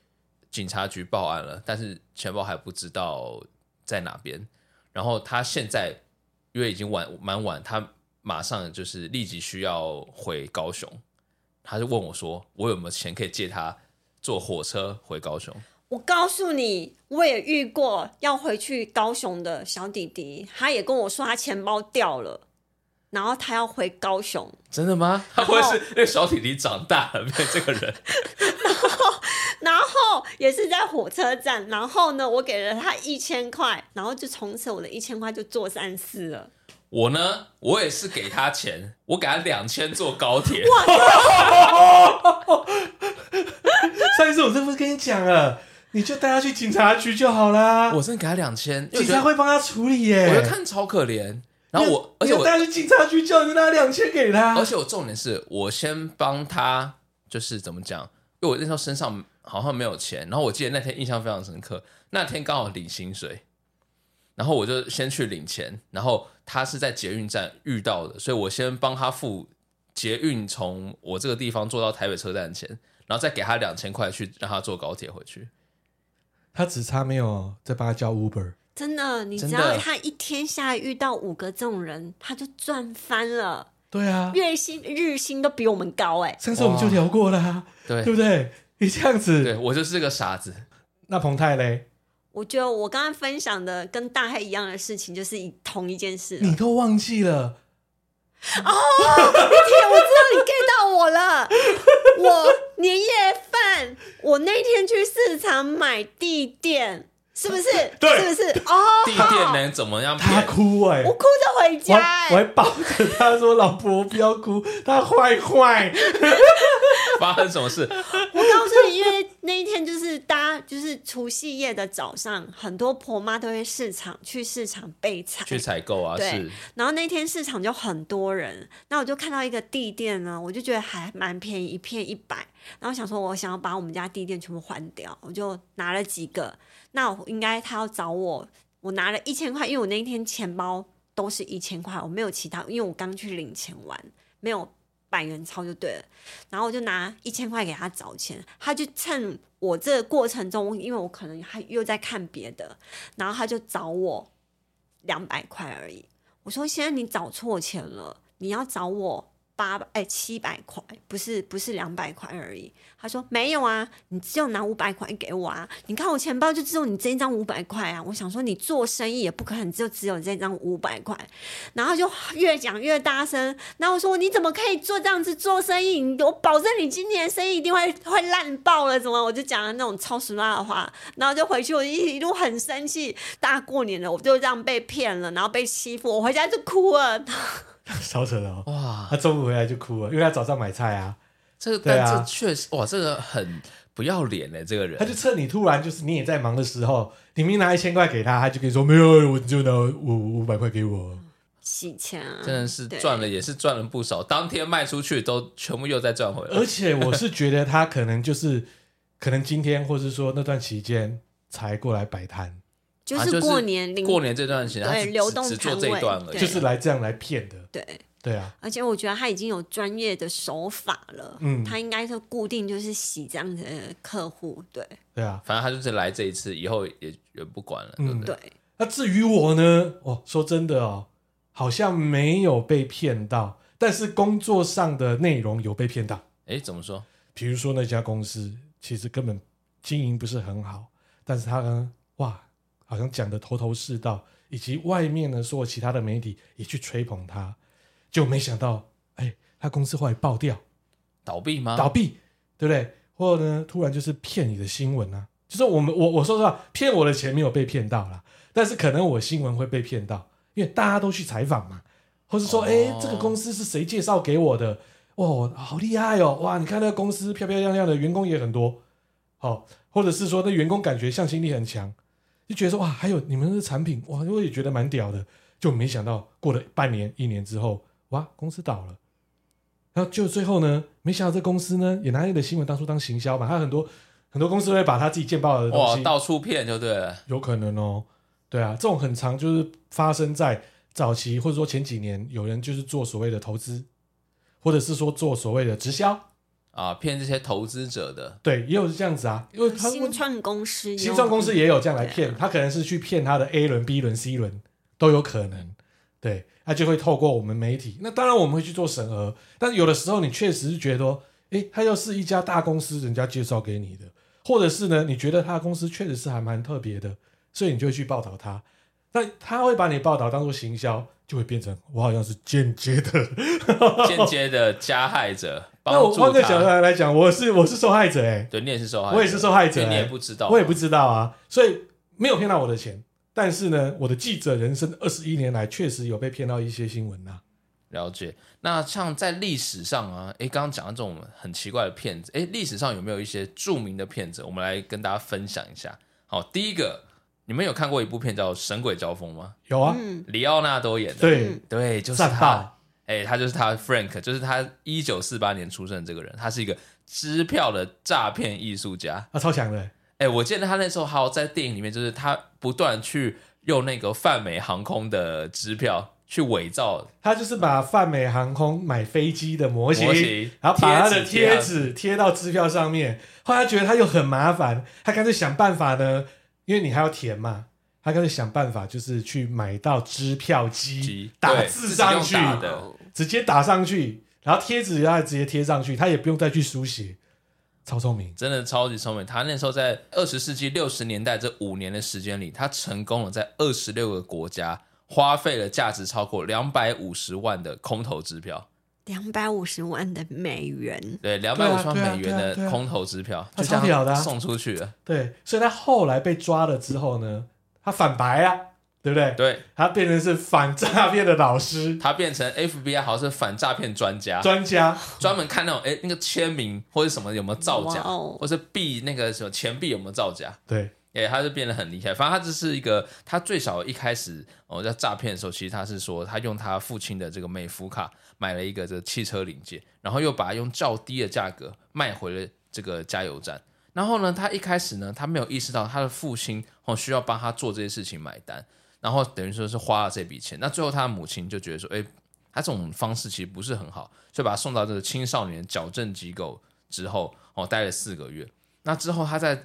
Speaker 3: 警察局报案了，但是钱包还不知道在哪边。然后他现在因为已经晚蛮晚，他马上就是立即需要回高雄，他就问我说，我有没有钱可以借他坐火车回高雄？
Speaker 1: 我告诉你，我也遇过要回去高雄的小弟弟，他也跟我说他钱包掉了，然后他要回高雄，
Speaker 3: 真的吗？他会是 那个小弟弟长大了变这个人？
Speaker 1: 然后也是在火车站，然后呢，我给了他一千块，然后就从此我的一千块就做善事了。
Speaker 3: 我呢，我也是给他钱，我给他两千坐高铁，
Speaker 2: 上一次我是不是跟你讲了，你就带他去警察局就好啦，
Speaker 3: 我真的给他两千，因
Speaker 2: 警
Speaker 3: 为我觉得
Speaker 2: 察会帮他处理耶。
Speaker 3: 我就看超可怜。然后我，而
Speaker 2: 你
Speaker 3: 且
Speaker 2: 就
Speaker 3: 我，
Speaker 2: 带他去警察局，叫人拿两千给他
Speaker 3: 而。且我重点是我先帮他，就是怎么讲？因为我那时候身上好像没有钱，然后我记得那天印象非常深刻，那天刚好领薪水，然后我就先去领钱，然后他是在捷运站遇到的，所以我先帮他付捷运从我这个地方坐到台北车站的钱，然后再给他两千块去让他坐高铁回去。
Speaker 2: 他只差没有再帮他叫 Uber，
Speaker 1: 真的，你
Speaker 3: 真
Speaker 1: 知
Speaker 3: 的
Speaker 1: 道他一天下来遇到五个这种人，他就赚翻了，
Speaker 2: 对啊，
Speaker 1: 月薪日薪都比我们高哎、
Speaker 2: 上次我们就聊过啦，
Speaker 3: 对
Speaker 2: 对不对？你这样
Speaker 3: 对
Speaker 2: 子，
Speaker 3: 我就是个傻子，
Speaker 2: 那彭泰嘞，
Speaker 1: 我觉得我刚刚分享的跟大黑一样的事情，就是一同一件事了。
Speaker 2: 你都忘记了，
Speaker 1: 天，我知道你 get 到我了。我年夜饭，我那天去市场买地垫，是不是？
Speaker 2: 对
Speaker 1: 是不是？哦，
Speaker 3: 地垫能怎么样
Speaker 2: 他
Speaker 3: 变？
Speaker 2: 哭哎、
Speaker 1: 我哭着回
Speaker 2: 我
Speaker 1: 家、
Speaker 2: 还我还
Speaker 1: 欸。
Speaker 2: 抱着他说：“老婆，不要哭，他坏坏。
Speaker 3: 发生什么事？
Speaker 1: 我告诉你，因为那一天就是大家就是除夕夜的早上，很多婆妈都会市场去市场备菜，
Speaker 3: 去采购啊，
Speaker 1: 对
Speaker 3: 是
Speaker 1: 然后那天市场就很多人，那我就看到一个地垫呢，我就觉得还蛮便宜，一片一百。然后想说，我想要把我们家地垫全部换掉，我就拿了几个。那我应该他要找我，我拿了一千块，因为我那一天钱包都是一千块，我没有其他，因为我刚去领钱完，没有百元钞就对了。然后我就拿一千块给他找钱，他就趁我这个过程中，因为我可能还又在看别的，然后他就找我两百块而已。我说现在你找错钱了，你要找我八百哎七百块，不是不是两百块而已。他说没有啊，你只有拿五百块给我啊，你看我钱包就只有你这一张五百块啊。我想说你做生意也不可能就只有这张五百块，然后就越讲越大声。然后我说你怎么可以做这样子做生意？你我保证你今年生意一定会会烂爆了，怎么？我就讲了那种超俗辣的话，然后就回去，我一一路很生气。大过年的，我就这样被骗了，然后被欺负，我回家就哭了。”
Speaker 2: 超扯的哦！
Speaker 3: 哇，
Speaker 2: 他中午回来就哭了，因为他早上买菜啊，
Speaker 3: 这个
Speaker 2: 对啊
Speaker 3: 但这确实哇，这个很不要脸嘞、这个人
Speaker 2: 他就趁你突然就是你也在忙的时候，你明明拿一千块给他，他就跟你说没有，我就拿五五百块给我。
Speaker 1: 洗钱啊，
Speaker 3: 真的是
Speaker 1: 对
Speaker 3: 赚了，也是赚了不少。当天卖出去都全部又再赚回来
Speaker 2: 而。且我是觉得他可能就是， 可能今天或是说那段期间才过来摆摊，
Speaker 1: 就
Speaker 3: 啊
Speaker 1: 是过年零、
Speaker 3: 过年这段时间，
Speaker 1: 对
Speaker 3: 他只
Speaker 1: 流动
Speaker 3: 只只做
Speaker 1: 摊
Speaker 3: 这一
Speaker 1: 位
Speaker 3: 段而已，
Speaker 1: 对啊
Speaker 2: 就是来这样来骗的。
Speaker 1: 对，
Speaker 2: 对啊，
Speaker 1: 而且我觉得他已经有专业的手法了，
Speaker 2: 嗯
Speaker 1: 他应该是固定就是洗这样子的客户，对
Speaker 2: 对啊。
Speaker 3: 反正他就是来这一次，以后也也不管了，对
Speaker 2: 嗯
Speaker 3: 不对？
Speaker 1: 对，
Speaker 2: 那至于我呢，哦，说真的哦，好像没有被骗到，但是工作上的内容有被骗到。
Speaker 3: 哎、怎么说？
Speaker 2: 比如说那家公司其实根本经营不是很好，但是他呢，哇，好像讲的头头是道，以及外面呢，所有其他的媒体也去吹捧他，就没想到，哎，他公司后来爆掉，
Speaker 3: 倒闭吗？
Speaker 2: 倒闭，对不对？或者呢，突然就是骗你的新闻啊，就是我们我我说实话，骗我的钱没有被骗到啦，但是可能我新闻会被骗到，因为大家都去采访嘛，或是说，
Speaker 3: 哦
Speaker 2: 哎、这个公司是谁介绍给我的？哦，好厉害哦！哇，你看那个公司漂漂亮亮的，员工也很多，好、或者是说那员工感觉向心力很强，就觉得说哇，还有你们的产品哇，我也觉得蛮屌的，就没想到过了半年一年之后，哇，公司倒了。然后就最后呢，没想到这公司呢也拿你的新闻当初当行销嘛，他很多很多公司会把他自己见报的
Speaker 3: 哇
Speaker 2: 东，西，
Speaker 3: 到处骗就对了。
Speaker 2: 有可能哦，对啊，这种很常就是发生在早期或者说前几年，有人就是做所谓的投资，或者是说做所谓的直销，
Speaker 3: 啊，骗这些投资者的，
Speaker 2: 对，也有是这样子啊，因为他
Speaker 1: 新创公司有，
Speaker 2: 新创公司也有这样来骗，
Speaker 1: 对啊
Speaker 2: 他可能是去骗他的 A 轮、B 轮、C 轮都有可能，对，他就会透过我们媒体。那当然我们会去做审核，但有的时候你确实是觉得说，诶，他又是一家大公司，人家介绍给你的，或者是呢，你觉得他的公司确实是还蛮特别的，所以你就会去报道他。那他会把你报道当做行销，就会变成我好像是间接的。
Speaker 3: 间接的加害者，帮
Speaker 2: 那我
Speaker 3: 助
Speaker 2: 换个角度
Speaker 3: 他。
Speaker 2: 来来讲，我是我是受害者诶。
Speaker 3: 对，你也是受害者，
Speaker 2: 我也是受害者
Speaker 3: 因为你
Speaker 2: 欸
Speaker 3: 也不知道，
Speaker 2: 我也不知道啊，所以没有骗到我的钱，但是呢，我的记者人生二十一年来，确实有被骗到一些新闻呐、啊
Speaker 3: 了解。那像在历史上啊，诶，刚刚讲到这种很奇怪的骗子，诶，历史上有没有一些著名的骗子？我们来跟大家分享一下。好，第一个，你们有看过一部片叫《神鬼交锋》吗？
Speaker 2: 有啊，
Speaker 1: 嗯，
Speaker 3: 里奥纳多演的。
Speaker 2: 对，
Speaker 3: 对，就是
Speaker 2: 战
Speaker 3: 他
Speaker 2: 报。
Speaker 3: 哎、他就是他，Frank，就是他一九四八年出生的这个人，他是一个支票的诈骗艺术家。
Speaker 2: 啊，超强的，
Speaker 3: 哎、我记得他那时候还有在电影里面，就是他不断去用那个泛美航空的支票去伪造
Speaker 2: 他就是把泛美航空买飞机的模型，
Speaker 3: 模型
Speaker 2: 然后把他的
Speaker 3: 贴
Speaker 2: 贴
Speaker 3: 纸
Speaker 2: 纸贴到支票上面。后来他觉得他又很麻烦，他干脆想办法呢，因为你还要填嘛，他干脆想办法就是去买到支票机
Speaker 3: 机，
Speaker 2: 打
Speaker 3: 对
Speaker 2: 字上
Speaker 3: 自己
Speaker 2: 去，
Speaker 3: 用打的
Speaker 2: 直接打上去，然后贴纸他直接贴上去，他也不用再去书写，超聪明。
Speaker 3: 真的超级聪明。他那时候在二十世纪六十年代这五年的时间里，他成功了在二十六个国家花费了价值超过两百五十万的空头支票，
Speaker 1: 两百五十万的美元，
Speaker 3: 对，两
Speaker 2: 对
Speaker 3: 百五
Speaker 2: 啊
Speaker 3: 十万
Speaker 2: 对啊
Speaker 3: 美元
Speaker 2: 对啊对
Speaker 3: 的
Speaker 2: 啊
Speaker 3: 空头支票，
Speaker 2: 他
Speaker 3: 就
Speaker 2: 超
Speaker 3: 这
Speaker 2: 屌的
Speaker 3: 样
Speaker 2: 啊
Speaker 3: 送出去了。
Speaker 2: 对，所以他后来被抓了之后呢，他反白啊，对不对？
Speaker 3: 对
Speaker 2: 他变成是反诈骗的老师
Speaker 3: 他变成 FBI 好像是反诈骗专家，
Speaker 2: 专 家，
Speaker 3: 专门看那种哎、诶那个签名或者什么有没有造假，
Speaker 1: 哇哦
Speaker 3: 或是币那个什么钱币有没有造假。
Speaker 2: 对，
Speaker 3: 哎、他就变得很厉害。反正他只是一个，他最少一开始哦在诈骗的时候，其实他是说他用他父亲的这个美孚卡买了一个这个汽车零件，然后又把它用较低的价格卖回了这个加油站。然后呢，他一开始呢，他没有意识到他的父亲哦需要帮他做这些事情买单，然后等于说是花了这笔钱。那最后他的母亲就觉得说，哎、他这种方式其实不是很好，所以把他送到这个青少年矫正机构之后，哦，待了四个月。那之后他在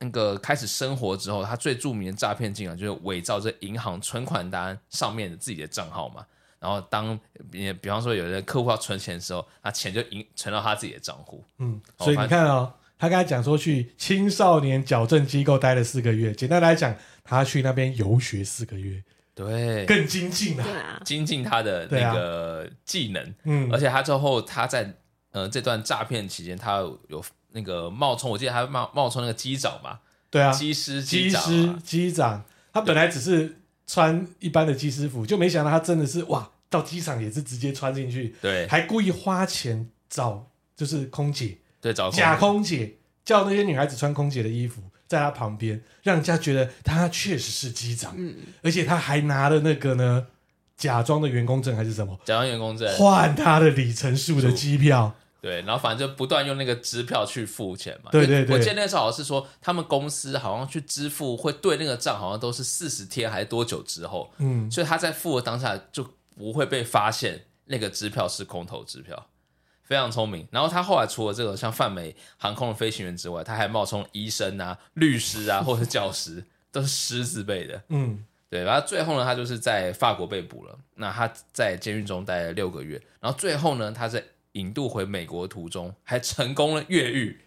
Speaker 3: 那个开始生活之后，他最著名的诈骗竟然就是伪造这银行存款单上面的自己的账号嘛。然后当比比方说有人客户要存钱的时候，他钱就银存到他自己的账户。
Speaker 2: 嗯，
Speaker 3: 哦
Speaker 2: 所以你看哦，他刚才讲说去青少年矫正机构待了四个月，简单来讲，他去那边游学四个月，
Speaker 3: 对，
Speaker 2: 更精进
Speaker 1: 对
Speaker 2: 啊，
Speaker 1: 啊，
Speaker 3: 精进他的
Speaker 2: 对
Speaker 3: 那
Speaker 2: 啊
Speaker 3: 个技能，
Speaker 2: 嗯
Speaker 3: 而，且他最后他在呃这段诈骗期间，他有有那个冒充，我记得他冒冒充那个机长嘛，
Speaker 2: 对啊，
Speaker 3: 机师
Speaker 2: 机
Speaker 3: 长
Speaker 2: 师
Speaker 3: 啊，
Speaker 2: 机长，他本来只是穿一般的机师服，就没想到他真的是哇，到机场也是直接穿进去，
Speaker 3: 对
Speaker 2: 还故意花钱找就是空姐，
Speaker 3: 对，找
Speaker 2: 假空姐，叫那些女孩子穿空姐的衣服，在他旁边，让人家觉得他确实是机长，而且他还拿了那个呢，假装的员工证还是什么，
Speaker 3: 假装员工证，
Speaker 2: 换他的里程数的机票，
Speaker 3: 对，然后反正就不断用那个支票去付钱嘛。
Speaker 2: 对
Speaker 3: 因为
Speaker 2: 对对
Speaker 3: 我记得那时候好像是说，他们公司好像去支付会对那个账好像都是四十天还是多久之后，
Speaker 2: 嗯，
Speaker 3: 所以他在付的当下就不会被发现那个支票是空头支票，非常聪明。然后他后来除了这个像泛美航空的飞行员之外，他还冒充医生啊、律师啊或者是教师，都是师字辈的。
Speaker 2: 嗯，
Speaker 3: 对，然后最后呢，他就是在法国被捕了。那他在监狱中待了六个月，然后最后呢，他在引渡回美国途中还成功了越狱。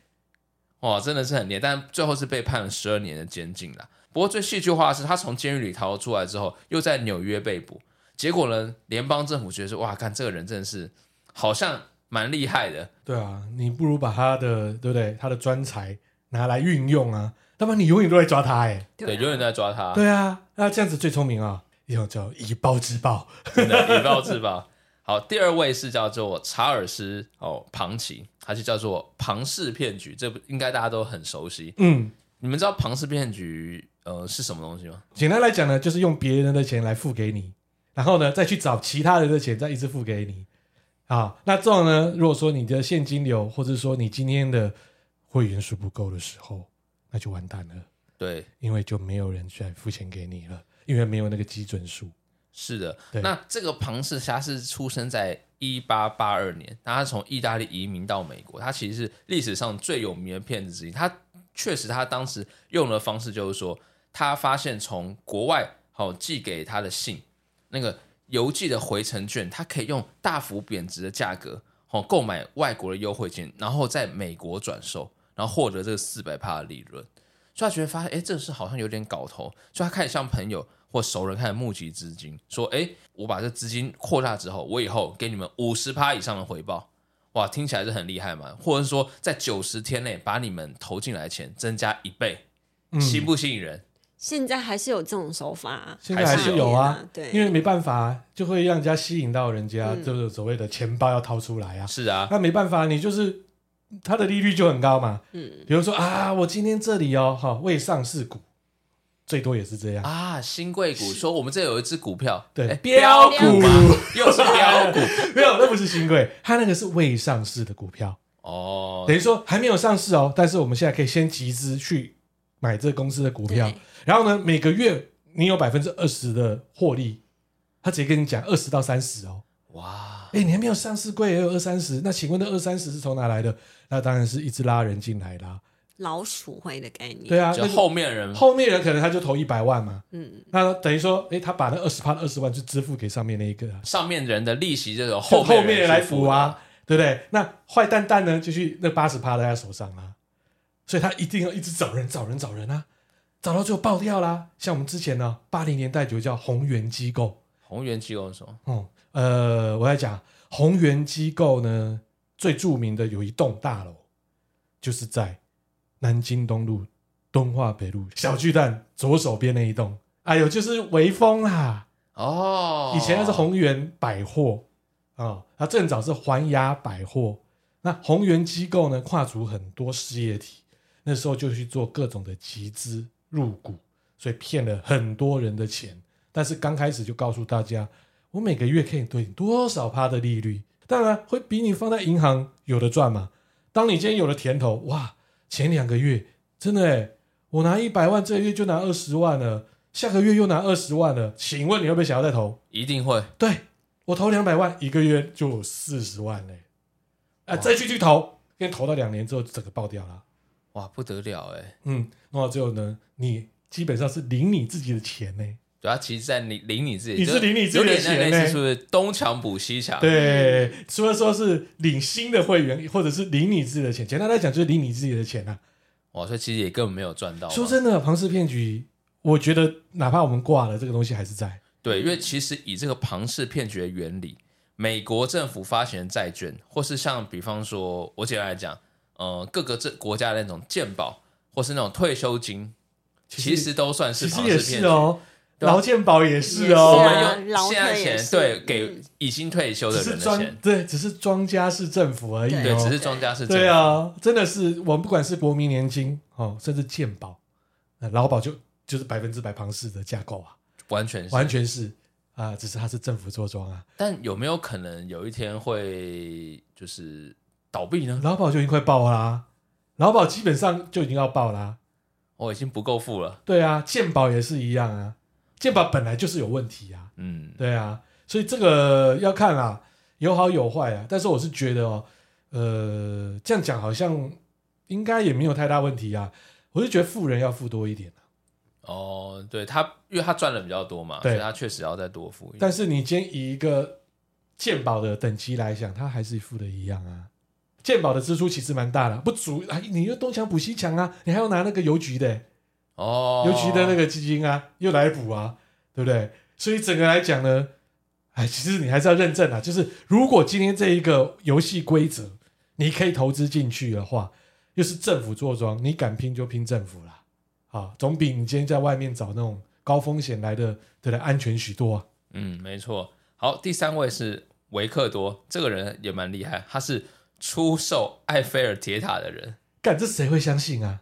Speaker 3: 哇，真的是很厉害，但最后是被判了十二年的监禁啦。不过最戏剧化的是，他从监狱里逃出来之后，又在纽约被捕。结果呢，联邦政府觉得说，哇，看这个人真的是好像蛮厉害的，
Speaker 2: 对啊，你不如把他的对不对，他的专才拿来运用啊，要不然你永远都在抓他哎、
Speaker 3: 对，
Speaker 1: 啊
Speaker 3: 永远都在抓他，
Speaker 2: 对啊，那这样子最聪明啊，要叫以暴制暴，
Speaker 3: 真的以暴制暴。 好，第二位是叫做查尔斯哦庞奇，他是叫做庞氏骗局，这不应该大家都很熟悉。
Speaker 2: 嗯。
Speaker 3: 你们知道庞氏骗局呃是什么东西吗？
Speaker 2: 简单来讲呢，就是用别人的钱来付给你，然后呢再去找其他人的钱再一直付给你。啊，那这种呢，如果说你的现金流或者说你今天的会员数不够的时候，那就完蛋了，
Speaker 3: 对，
Speaker 2: 因为就没有人再付钱给你了，因为没有那个基准数。
Speaker 3: 是的，
Speaker 2: 对
Speaker 3: 那这个庞氏他是出生在一八八二年，那他从意大利移民到美国，他其实是历史上最有名的骗子之一。他确实，他当时用的方式就是说，他发现从国外好、哦、寄给他的信，那个邮寄的回程券，他可以用大幅贬值的价格哦购买外国的优惠券，然后在美国转售，然后获得这个四百帕的利润。所以他觉得发现，哎，这事好像有点搞头，所以他开始向朋友或熟人开始募集资金，说，哎，我把这资金扩大之后，我以后给你们五十趴以上的回报，哇，听起来是很厉害嘛，或者
Speaker 2: 嗯
Speaker 3: 是说在九十天内把你们投进来的钱增加一倍，吸不吸引人？
Speaker 1: 现在还是有这种手法、啊，
Speaker 2: 现在还是有
Speaker 1: 还
Speaker 2: 啊
Speaker 1: 是，对，
Speaker 2: 因为没办法啊，就会让人家吸引到人家，
Speaker 1: 嗯
Speaker 2: 就是所谓的钱包要掏出来啊。
Speaker 3: 是啊，
Speaker 2: 那没办法，你就是它的利率就很高嘛。
Speaker 1: 嗯，
Speaker 2: 比如说啊，我今天这里哦，哈、未上市股，最多也是这样。
Speaker 3: 啊，新贵股说我们这有一只股票，
Speaker 2: 对
Speaker 3: 哎标股嘛，又是标股
Speaker 2: 没有，那不是新贵，它那个是未上市的股票，
Speaker 3: 哦
Speaker 2: 等，于说还没有上市哦。但是我们现在可以先集资去买这公司的股票
Speaker 1: 对，
Speaker 2: 然后呢，每个月你有百分之二十的获利，他直接跟你讲二十到三十哦。
Speaker 3: 哇，
Speaker 2: 哎、你还没有上市柜也有二三十，那请问那二三十是从哪来的？那当然是一直拉人进来啦。
Speaker 1: 老鼠会的概念，
Speaker 2: 对啊，
Speaker 3: 就
Speaker 2: 那
Speaker 3: 后面人
Speaker 2: 后面人可能他就投一百万嘛，
Speaker 1: 嗯，
Speaker 2: 那等于说，哎、他把那二十趴的二十万去支付给上面那一个啊，
Speaker 3: 上面人的利息就由
Speaker 2: 后
Speaker 3: 后
Speaker 2: 后
Speaker 3: 面
Speaker 2: 面
Speaker 3: 人
Speaker 2: 人来
Speaker 3: 去付
Speaker 2: 补啊，对不对？那坏蛋蛋呢，就去那八十趴在他手上啊，所以他一定要一直找人找人找人啊，找到最后爆掉啦。像我们之前呢，八零年代就叫红源机构，
Speaker 3: 的。红源机构说，
Speaker 2: 哦、呃，我来讲宏源机构呢，最著名的有一栋大楼，就是在南京东路敦化北路小巨蛋左手边那一栋。哎呦，就是微风啊啦，
Speaker 3: 哦，
Speaker 2: 以前那是宏源百货啊，它正早是环亚百货。那宏源机构呢，跨足很多事业体，那时候就去做各种的集资入股，所以骗了很多人的钱。但是刚开始就告诉大家，我每个月可以对你多少趴的利率，当然会比你放在银行有的赚嘛。当你今天有了甜头，哇，前两个月真的哎，我拿一百万，这个月就拿二十万了，下个月又拿二十万了，请问你会不会想要再投？
Speaker 3: 一定会
Speaker 2: 对我投两百万，一个月就有四十万嘞，啊，再继续投，因为投到两年之后整个爆掉了。
Speaker 3: 哇不得了哎，
Speaker 2: 嗯，弄到最后呢，你基本上是领你自己的钱呢、
Speaker 3: 对啊，其实在领领你自己，
Speaker 2: 你是
Speaker 3: 就
Speaker 2: 领你自己的
Speaker 3: 有点
Speaker 2: 钱
Speaker 3: 那
Speaker 2: 呢
Speaker 3: 类似是不是东墙补西墙？，
Speaker 2: 对，除了说是领新的会员，或者是领你自己的钱，简单来讲就是领你自己的钱啊。
Speaker 3: 哇，所以其实也根本没有赚到嘛。
Speaker 2: 说真的，庞氏骗局，我觉得哪怕我们挂了，这个东西还是在。
Speaker 3: 对，因为其实以这个庞氏骗局的原理，美国政府发行的债券，或是像比方说，我简单来讲，呃，各个这国家的那种健保，或是那种退休金，
Speaker 2: 其
Speaker 3: 其
Speaker 2: 实
Speaker 3: 实都算是
Speaker 2: 其实
Speaker 3: 庞
Speaker 2: 也
Speaker 3: 氏骗
Speaker 2: 是
Speaker 3: 局。
Speaker 2: 哦，
Speaker 3: 对啊
Speaker 2: 劳健保也是
Speaker 3: 我
Speaker 2: 哦，
Speaker 1: 也是啊
Speaker 3: 们
Speaker 1: 劳
Speaker 3: 用
Speaker 1: 退也
Speaker 3: 现在的钱
Speaker 1: 是
Speaker 3: 对
Speaker 1: 嗯
Speaker 3: 给已经退休的
Speaker 2: 只是
Speaker 3: 人的
Speaker 2: 庄
Speaker 3: 钱，
Speaker 2: 对，只是庄家是政府而已
Speaker 3: 对，只
Speaker 2: 哦。
Speaker 3: 是庄家是政
Speaker 2: 对
Speaker 3: 府，
Speaker 2: 啊，真的是我们不管是国民年金哦，甚至健保，那劳保就就是百分之百庞氏的架构啊，
Speaker 3: 完全是。
Speaker 2: 完全是啊、只是它是政府做庄啊，
Speaker 3: 但有没有可能有一天会就是倒闭呢？
Speaker 2: 劳保就已经快爆啦、劳保基本上就已经要爆啦、
Speaker 3: 我、已经不够富了，
Speaker 2: 对啊，鉴宝也是一样啊，鉴宝本来就是有问题啊，
Speaker 3: 嗯，
Speaker 2: 对啊，所以这个要看啦，有好有坏啊。但是我是觉得哦，呃，这样讲好像应该也没有太大问题啊。我是觉得富人要富多一点啊、
Speaker 3: 哦，对他，因为他赚的比较多嘛，
Speaker 2: 对
Speaker 3: 所以他确实要再多付一点。
Speaker 2: 但是你今天以一个鉴宝的等级来讲，它还是付的一样啊。鉴宝的支出其实蛮大的，不足啊，你又东墙补西墙啊，你还要拿那个邮局的欸、
Speaker 3: 哦，
Speaker 2: 尤其的那个基金啊，又来补啊，对不对？所以整个来讲呢，哎，其实你还是要认证啊。就是如果今天这一个游戏规则，你可以投资进去的话，又是政府坐庄，你敢拼就拼政府啦，啊，总比你今天在外面找那种高风险来的，对不对？安全许多啊。
Speaker 3: 嗯，没错。好，第三位是维克多，这个人也蛮厉害，他是出售埃菲尔铁塔的人。
Speaker 2: 干这谁会相信啊？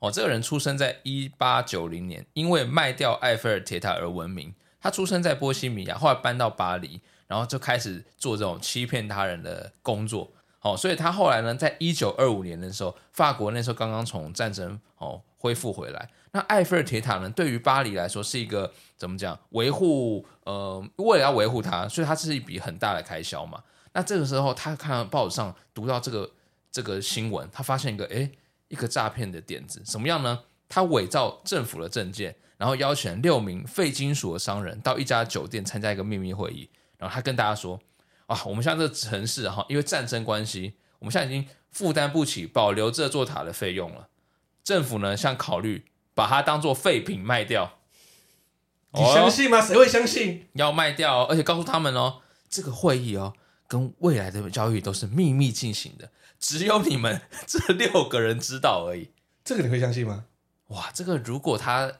Speaker 3: 哦，这个人出生在一八九零年，因为卖掉埃菲尔铁塔而闻名。他出生在波西米亚，后来搬到巴黎，然后就开始做这种欺骗他人的工作。哦，所以他后来呢，在一九二五年的时候，法国那时候刚刚从战争哦恢复回来。那埃菲尔铁塔呢，对于巴黎来说是一个怎么讲？维护呃，为了要维护它，所以它是一笔很大的开销嘛。那这个时候，他看到报纸上读到这个这个新闻，他发现一个诶。一个诈骗的点子，什么样呢？他伪造政府的证件，然后邀请六名废金属的商人到一家酒店参加一个秘密会议，然后他跟大家说：啊，我们现在这个城市哈，因为战争关系，我们现在已经负担不起保留这座塔的费用了。政府呢，像考虑把它当做废品卖掉，哦
Speaker 2: 你相信吗？谁会相信？
Speaker 3: 要卖掉、哦，而且告诉他们哦，这个会议哦，跟未来的交易都是秘密进行的，只有你们 这六个人知道而已。
Speaker 2: 这个你会相信吗？
Speaker 3: 哇，这个如果他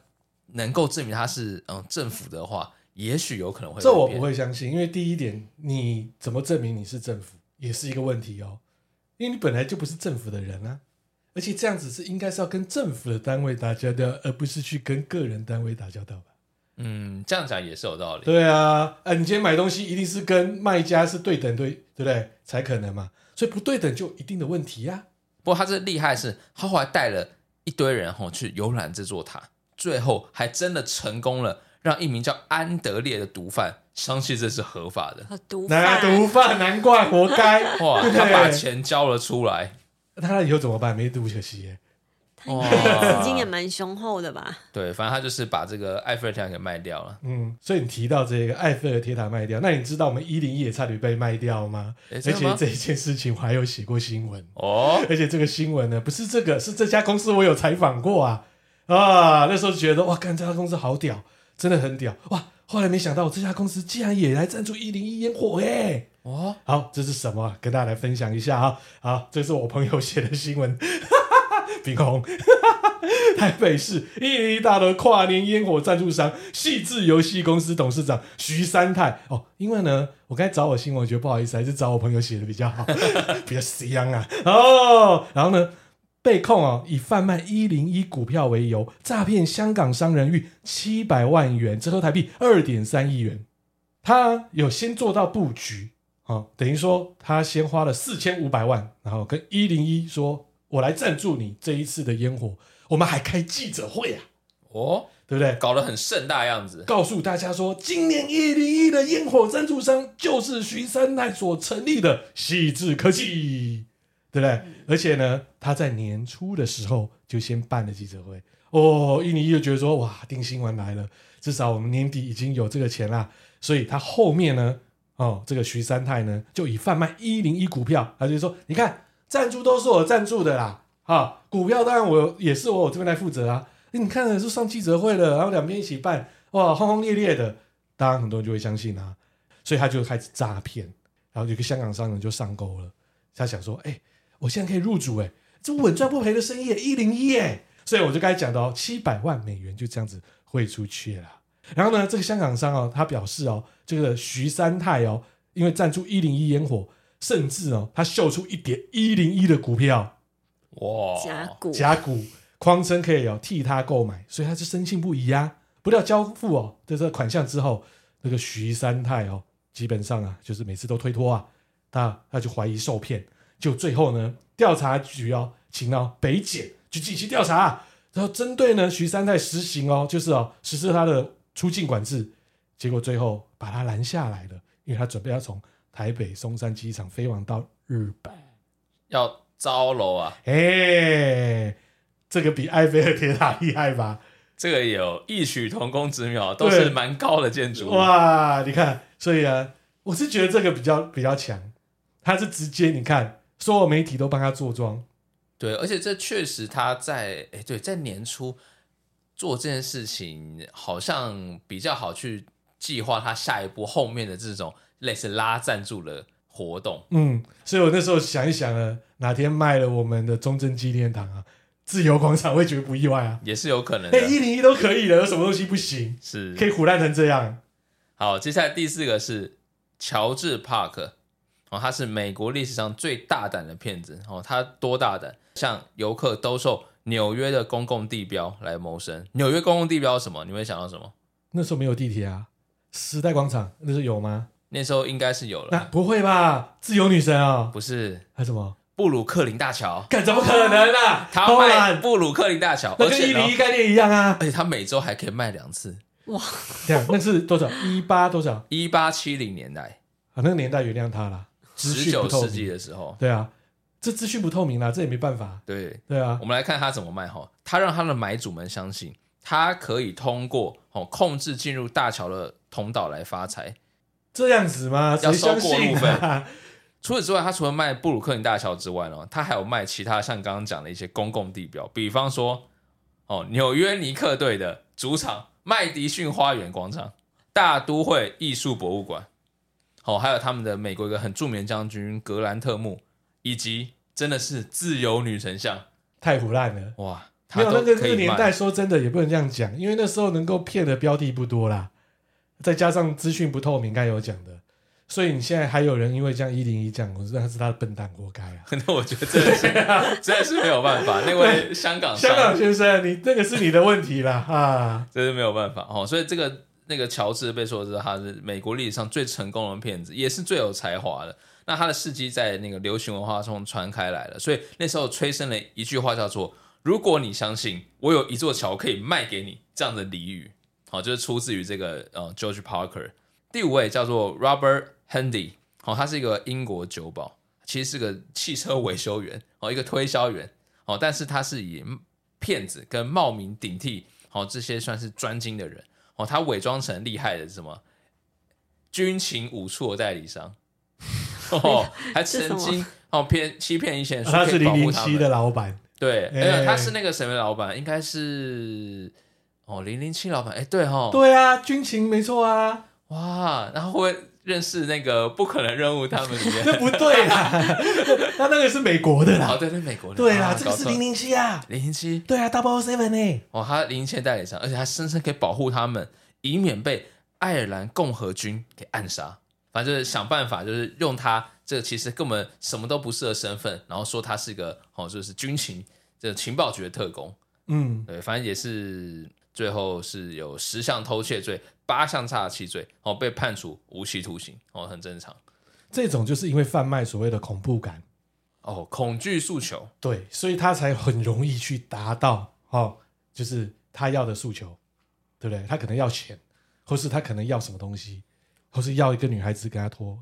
Speaker 3: 能够证明他是嗯政府的话，也许有可能会
Speaker 2: 这
Speaker 3: 改
Speaker 2: 我
Speaker 3: 变
Speaker 2: 不会相信，因为第一点，你怎么证明你是政府也是一个问题哦，因为你本来就不是政府的人啊，而且这样子是应该是要跟政府的单位打交道，而不是去跟个人单位打交道吧？
Speaker 3: 嗯，这样讲也是有道理。
Speaker 2: 对啊，啊，你今天买东西一定是跟卖家是对等对，对不对？才可能嘛，所以不对等就有一定的问题啊呀、
Speaker 3: 不过他这厉害的是，他后来带了一堆人吼去游览这座塔，最后还真的成功了，让一名叫安德烈的毒贩相信这是合法的。
Speaker 1: 和哦毒
Speaker 2: 拿
Speaker 1: 贩，
Speaker 2: 毒贩，难怪活该。
Speaker 3: 哇，
Speaker 2: 对
Speaker 3: 他把钱交了出来，
Speaker 2: 那他以后怎么办？没毒可惜耶。
Speaker 1: 他应该资金也蛮雄厚的吧？
Speaker 3: 对，反正他就是把这个埃菲尔铁塔给卖掉了。
Speaker 2: 嗯，所以你提到这个埃菲尔铁塔卖掉，那你知道我们一零一也差点被卖掉吗？
Speaker 3: 诶
Speaker 2: 而
Speaker 3: 真的
Speaker 2: 且
Speaker 3: 吗
Speaker 2: 这一件事情我还有写过新闻，
Speaker 3: 哦，
Speaker 2: 而且这个新闻呢，不是这个，是这家公司我有采访过啊啊，那时候觉得哇，干这家公司好屌，真的很屌哇！后来没想到这家公司竟然也来赞助一零一烟火哎、
Speaker 3: 哦，
Speaker 2: 好，这是什么啊？跟大家来分享一下啊！好，这是我朋友写的新闻， 冰红， 台北市一零一大楼跨年烟火赞助商细致游戏公司董事长徐三泰哦，因为呢，我刚才找我新闻，我觉得不好意思，还是找我朋友写的比较好， 比较香啊哦。然后呢，被控哦以贩卖一零一股票为由，诈骗香港商人逾七百万元，折合台币二点三亿元。他有先做到布局，哦，等于说他先花了四千五百万，然后跟一零一说：“我来赞助你这一次的烟火，我们还开记者会啊，
Speaker 3: 哦，
Speaker 2: 对不对？
Speaker 3: 搞得很盛大样子。
Speaker 2: 告诉大家说，今年一零一的烟火赞助商就是徐三奈所成立的细致科技，对不对？而且呢，他在年初的时候就先办了记者会。哦，一零一就觉得说，哇，定心丸来了，至少我们年底已经有这个钱啦。所以他后面呢，哦，这个徐三泰呢，就以贩卖一零一股票，他就说，你看赞助都是我赞助的啦，啊，股票当然我也是我我这边来负责啊。你看，是上记者会了，然后两边一起办，哇，轰轰烈烈的，当然很多人就会相信啊，所以他就开始诈骗，然后有个香港商人就上钩了，他想说，哎、我现在可以入主、哎，这稳赚不赔的生意，一零一，哎，所以我就刚才讲到七百万美元就这样子汇出去了啦。然后呢，这个香港商哦，他表示哦，这个徐三泰哦，因为赞助一零一烟火，甚至哦，他秀出一点一零一的股票，
Speaker 3: 哇，
Speaker 1: 甲骨
Speaker 2: 甲骨匡称可以哦替他购买，所以他就深信不疑啊。不料交付哦的这个款项之后，那个徐三泰哦，基本上啊就是每次都推脱啊，他他就怀疑受骗，就最后呢调查局哦请到北检去进行调查啊、然后针对呢徐三泰实行哦就是哦实施他的出境管制，结果最后把他拦下来了，因为他准备要从台北松山机场飞往到日本。
Speaker 3: 要招楼啊，
Speaker 2: 哎、这个比埃菲尔铁塔厉害吧？
Speaker 3: 这个有异曲同工之妙，都是
Speaker 2: 对
Speaker 3: 蛮高的建筑物。
Speaker 2: 哇，你看，所以啊，我是觉得这个比较比较强，他是直接你看，所有媒体都帮他做庄，
Speaker 3: 对，而且这确实他在哎，对，在年初做这件事情，好像比较好去计划他下一步后面的这种类似拉赞助的活动。
Speaker 2: 嗯，所以我那时候想一想啊，哪天卖了我们的中正纪念堂啊，自由广场会觉得不意外啊，
Speaker 3: 也是有可能的
Speaker 2: 哎、，一零一都可以了，有什么东西不行？可
Speaker 3: 是
Speaker 2: 以胡乱成这样，
Speaker 3: 好。接下来第四个是乔治帕克，哦，他是美国历史上最大胆的骗子哦，他多大胆？向游客兜售纽约的公共地标来谋生。纽约公共地标是什么？你会想到什么？
Speaker 2: 那时候没有地铁啊，时代广场那时候有吗？
Speaker 3: 那时候应该是有
Speaker 2: 那、
Speaker 3: 了，
Speaker 2: 不会吧？自由女神啊、
Speaker 3: 不是
Speaker 2: 还什么？
Speaker 3: 布鲁克林大桥。
Speaker 2: 干怎么可能啊？
Speaker 3: 他
Speaker 2: 当
Speaker 3: 卖
Speaker 2: 然
Speaker 3: 布鲁克林大桥，
Speaker 2: 那
Speaker 3: 而
Speaker 2: 跟
Speaker 3: 且
Speaker 2: 一
Speaker 3: 呢
Speaker 2: 零一概念一样啊。
Speaker 3: 而且他每周还可以卖两次。
Speaker 1: 哇，
Speaker 2: 这样，那是多少？一八多少？啊，
Speaker 3: 一八七零年代，
Speaker 2: 那个年代原谅他啦。资
Speaker 3: 十
Speaker 2: 讯
Speaker 3: 九
Speaker 2: 不透
Speaker 3: 世纪
Speaker 2: 明，
Speaker 3: 的时候，
Speaker 2: 对啊，这资讯不透明啦，这也没办法。
Speaker 3: 对，
Speaker 2: 对啊
Speaker 3: 我，们来看他怎么卖哈。他让他的买主们相信，他可以通过哦控制进入大桥的通道来发财。
Speaker 2: 这样子吗？谁
Speaker 3: 要收
Speaker 2: 相
Speaker 3: 过
Speaker 2: 信
Speaker 3: 路
Speaker 2: 啊？
Speaker 3: 除此之外，他除了卖布鲁克林大桥之外呢，他还有卖其他像刚刚讲的一些公共地标，比方说哦纽约尼克队的主场麦迪逊花园广场、大都会艺术博物馆，哦，还有他们的美国一个很著名的将军格兰特墓，以及真的是自由女神像，
Speaker 2: 太胡乱了。
Speaker 3: 哇，
Speaker 2: 没
Speaker 3: 他
Speaker 2: 有
Speaker 3: 都
Speaker 2: 那个
Speaker 3: 可
Speaker 2: 那个
Speaker 3: 以
Speaker 2: 年
Speaker 3: 卖
Speaker 2: 代，说真的也不能这样讲，因为那时候能够骗的标的不多啦，再加上资讯不透明，刚才有讲的，所以你现在还有人因为这样一零一这样，我知道他是他的笨蛋，活该啊！
Speaker 3: 那我觉得真的是真的是没有办法，那位香港商
Speaker 2: 香港先生，你这个是你的问题啦 啊！
Speaker 3: 真是没有办法哦。所以这个那个乔治被说是他是美国历史上最成功的骗子，也是最有才华的。那他的事迹在那个流行文化中传开来了，所以那时候催生了一句话叫做“如果你相信我有一座桥可以卖给你”这样的俚语，好、就是出自于这个呃 George Parker。第五位叫做 Robert Handy，好、他是一个英国酒保，其实是个汽车维修员，哦，一个推销员，哦，但是他是以骗子跟冒名顶替，哦，这些算是专精的人，哦，他伪装成厉害的什么军情五处的代理商，哦， 还
Speaker 1: 这
Speaker 3: 曾
Speaker 1: 什么
Speaker 3: 经哦骗欺骗一些人说
Speaker 2: 啊他
Speaker 3: 可
Speaker 2: 是
Speaker 3: 以
Speaker 2: 零
Speaker 3: 保
Speaker 2: 零
Speaker 3: 护他
Speaker 2: 七
Speaker 3: 们，
Speaker 2: 的老板，
Speaker 3: 对，
Speaker 2: 哎
Speaker 3: 没有，他是那个什么老板，应该是哦零零七老板，哎，对哦，
Speaker 2: 对啊，军情没错啊，
Speaker 3: 哇，然后会不会认识那个不可能任务他们里面，
Speaker 2: 那不对啦， 他那个是美国的
Speaker 3: 哦，
Speaker 2: 啦，
Speaker 3: 对，那美国的，
Speaker 2: 对啦，
Speaker 3: 啊
Speaker 2: 这个是
Speaker 3: 搞错
Speaker 2: 零零七啊，
Speaker 3: 零零七，
Speaker 2: 对啊，Double Seven 呢，
Speaker 3: 哦，他零零七的代理商，而且他声称可以保护他们，以免被爱尔兰共和军给暗杀。反正就是想办法，就是用他这个其实根本什么都不是的身份，然后说他是一个哦，就是军情这个情报局的特工，
Speaker 2: 嗯，
Speaker 3: 对，反正也是最后是有十项偷窃罪、八项诈欺罪，哦，被判处无期徒刑，哦，很正常。
Speaker 2: 这种就是因为贩卖所谓的恐怖感，
Speaker 3: 哦，恐惧诉求，
Speaker 2: 对，所以他才很容易去达到哦，就是他要的诉求，对不对？他可能要钱，或是他可能要什么东西，或是要一个女孩子跟他拖，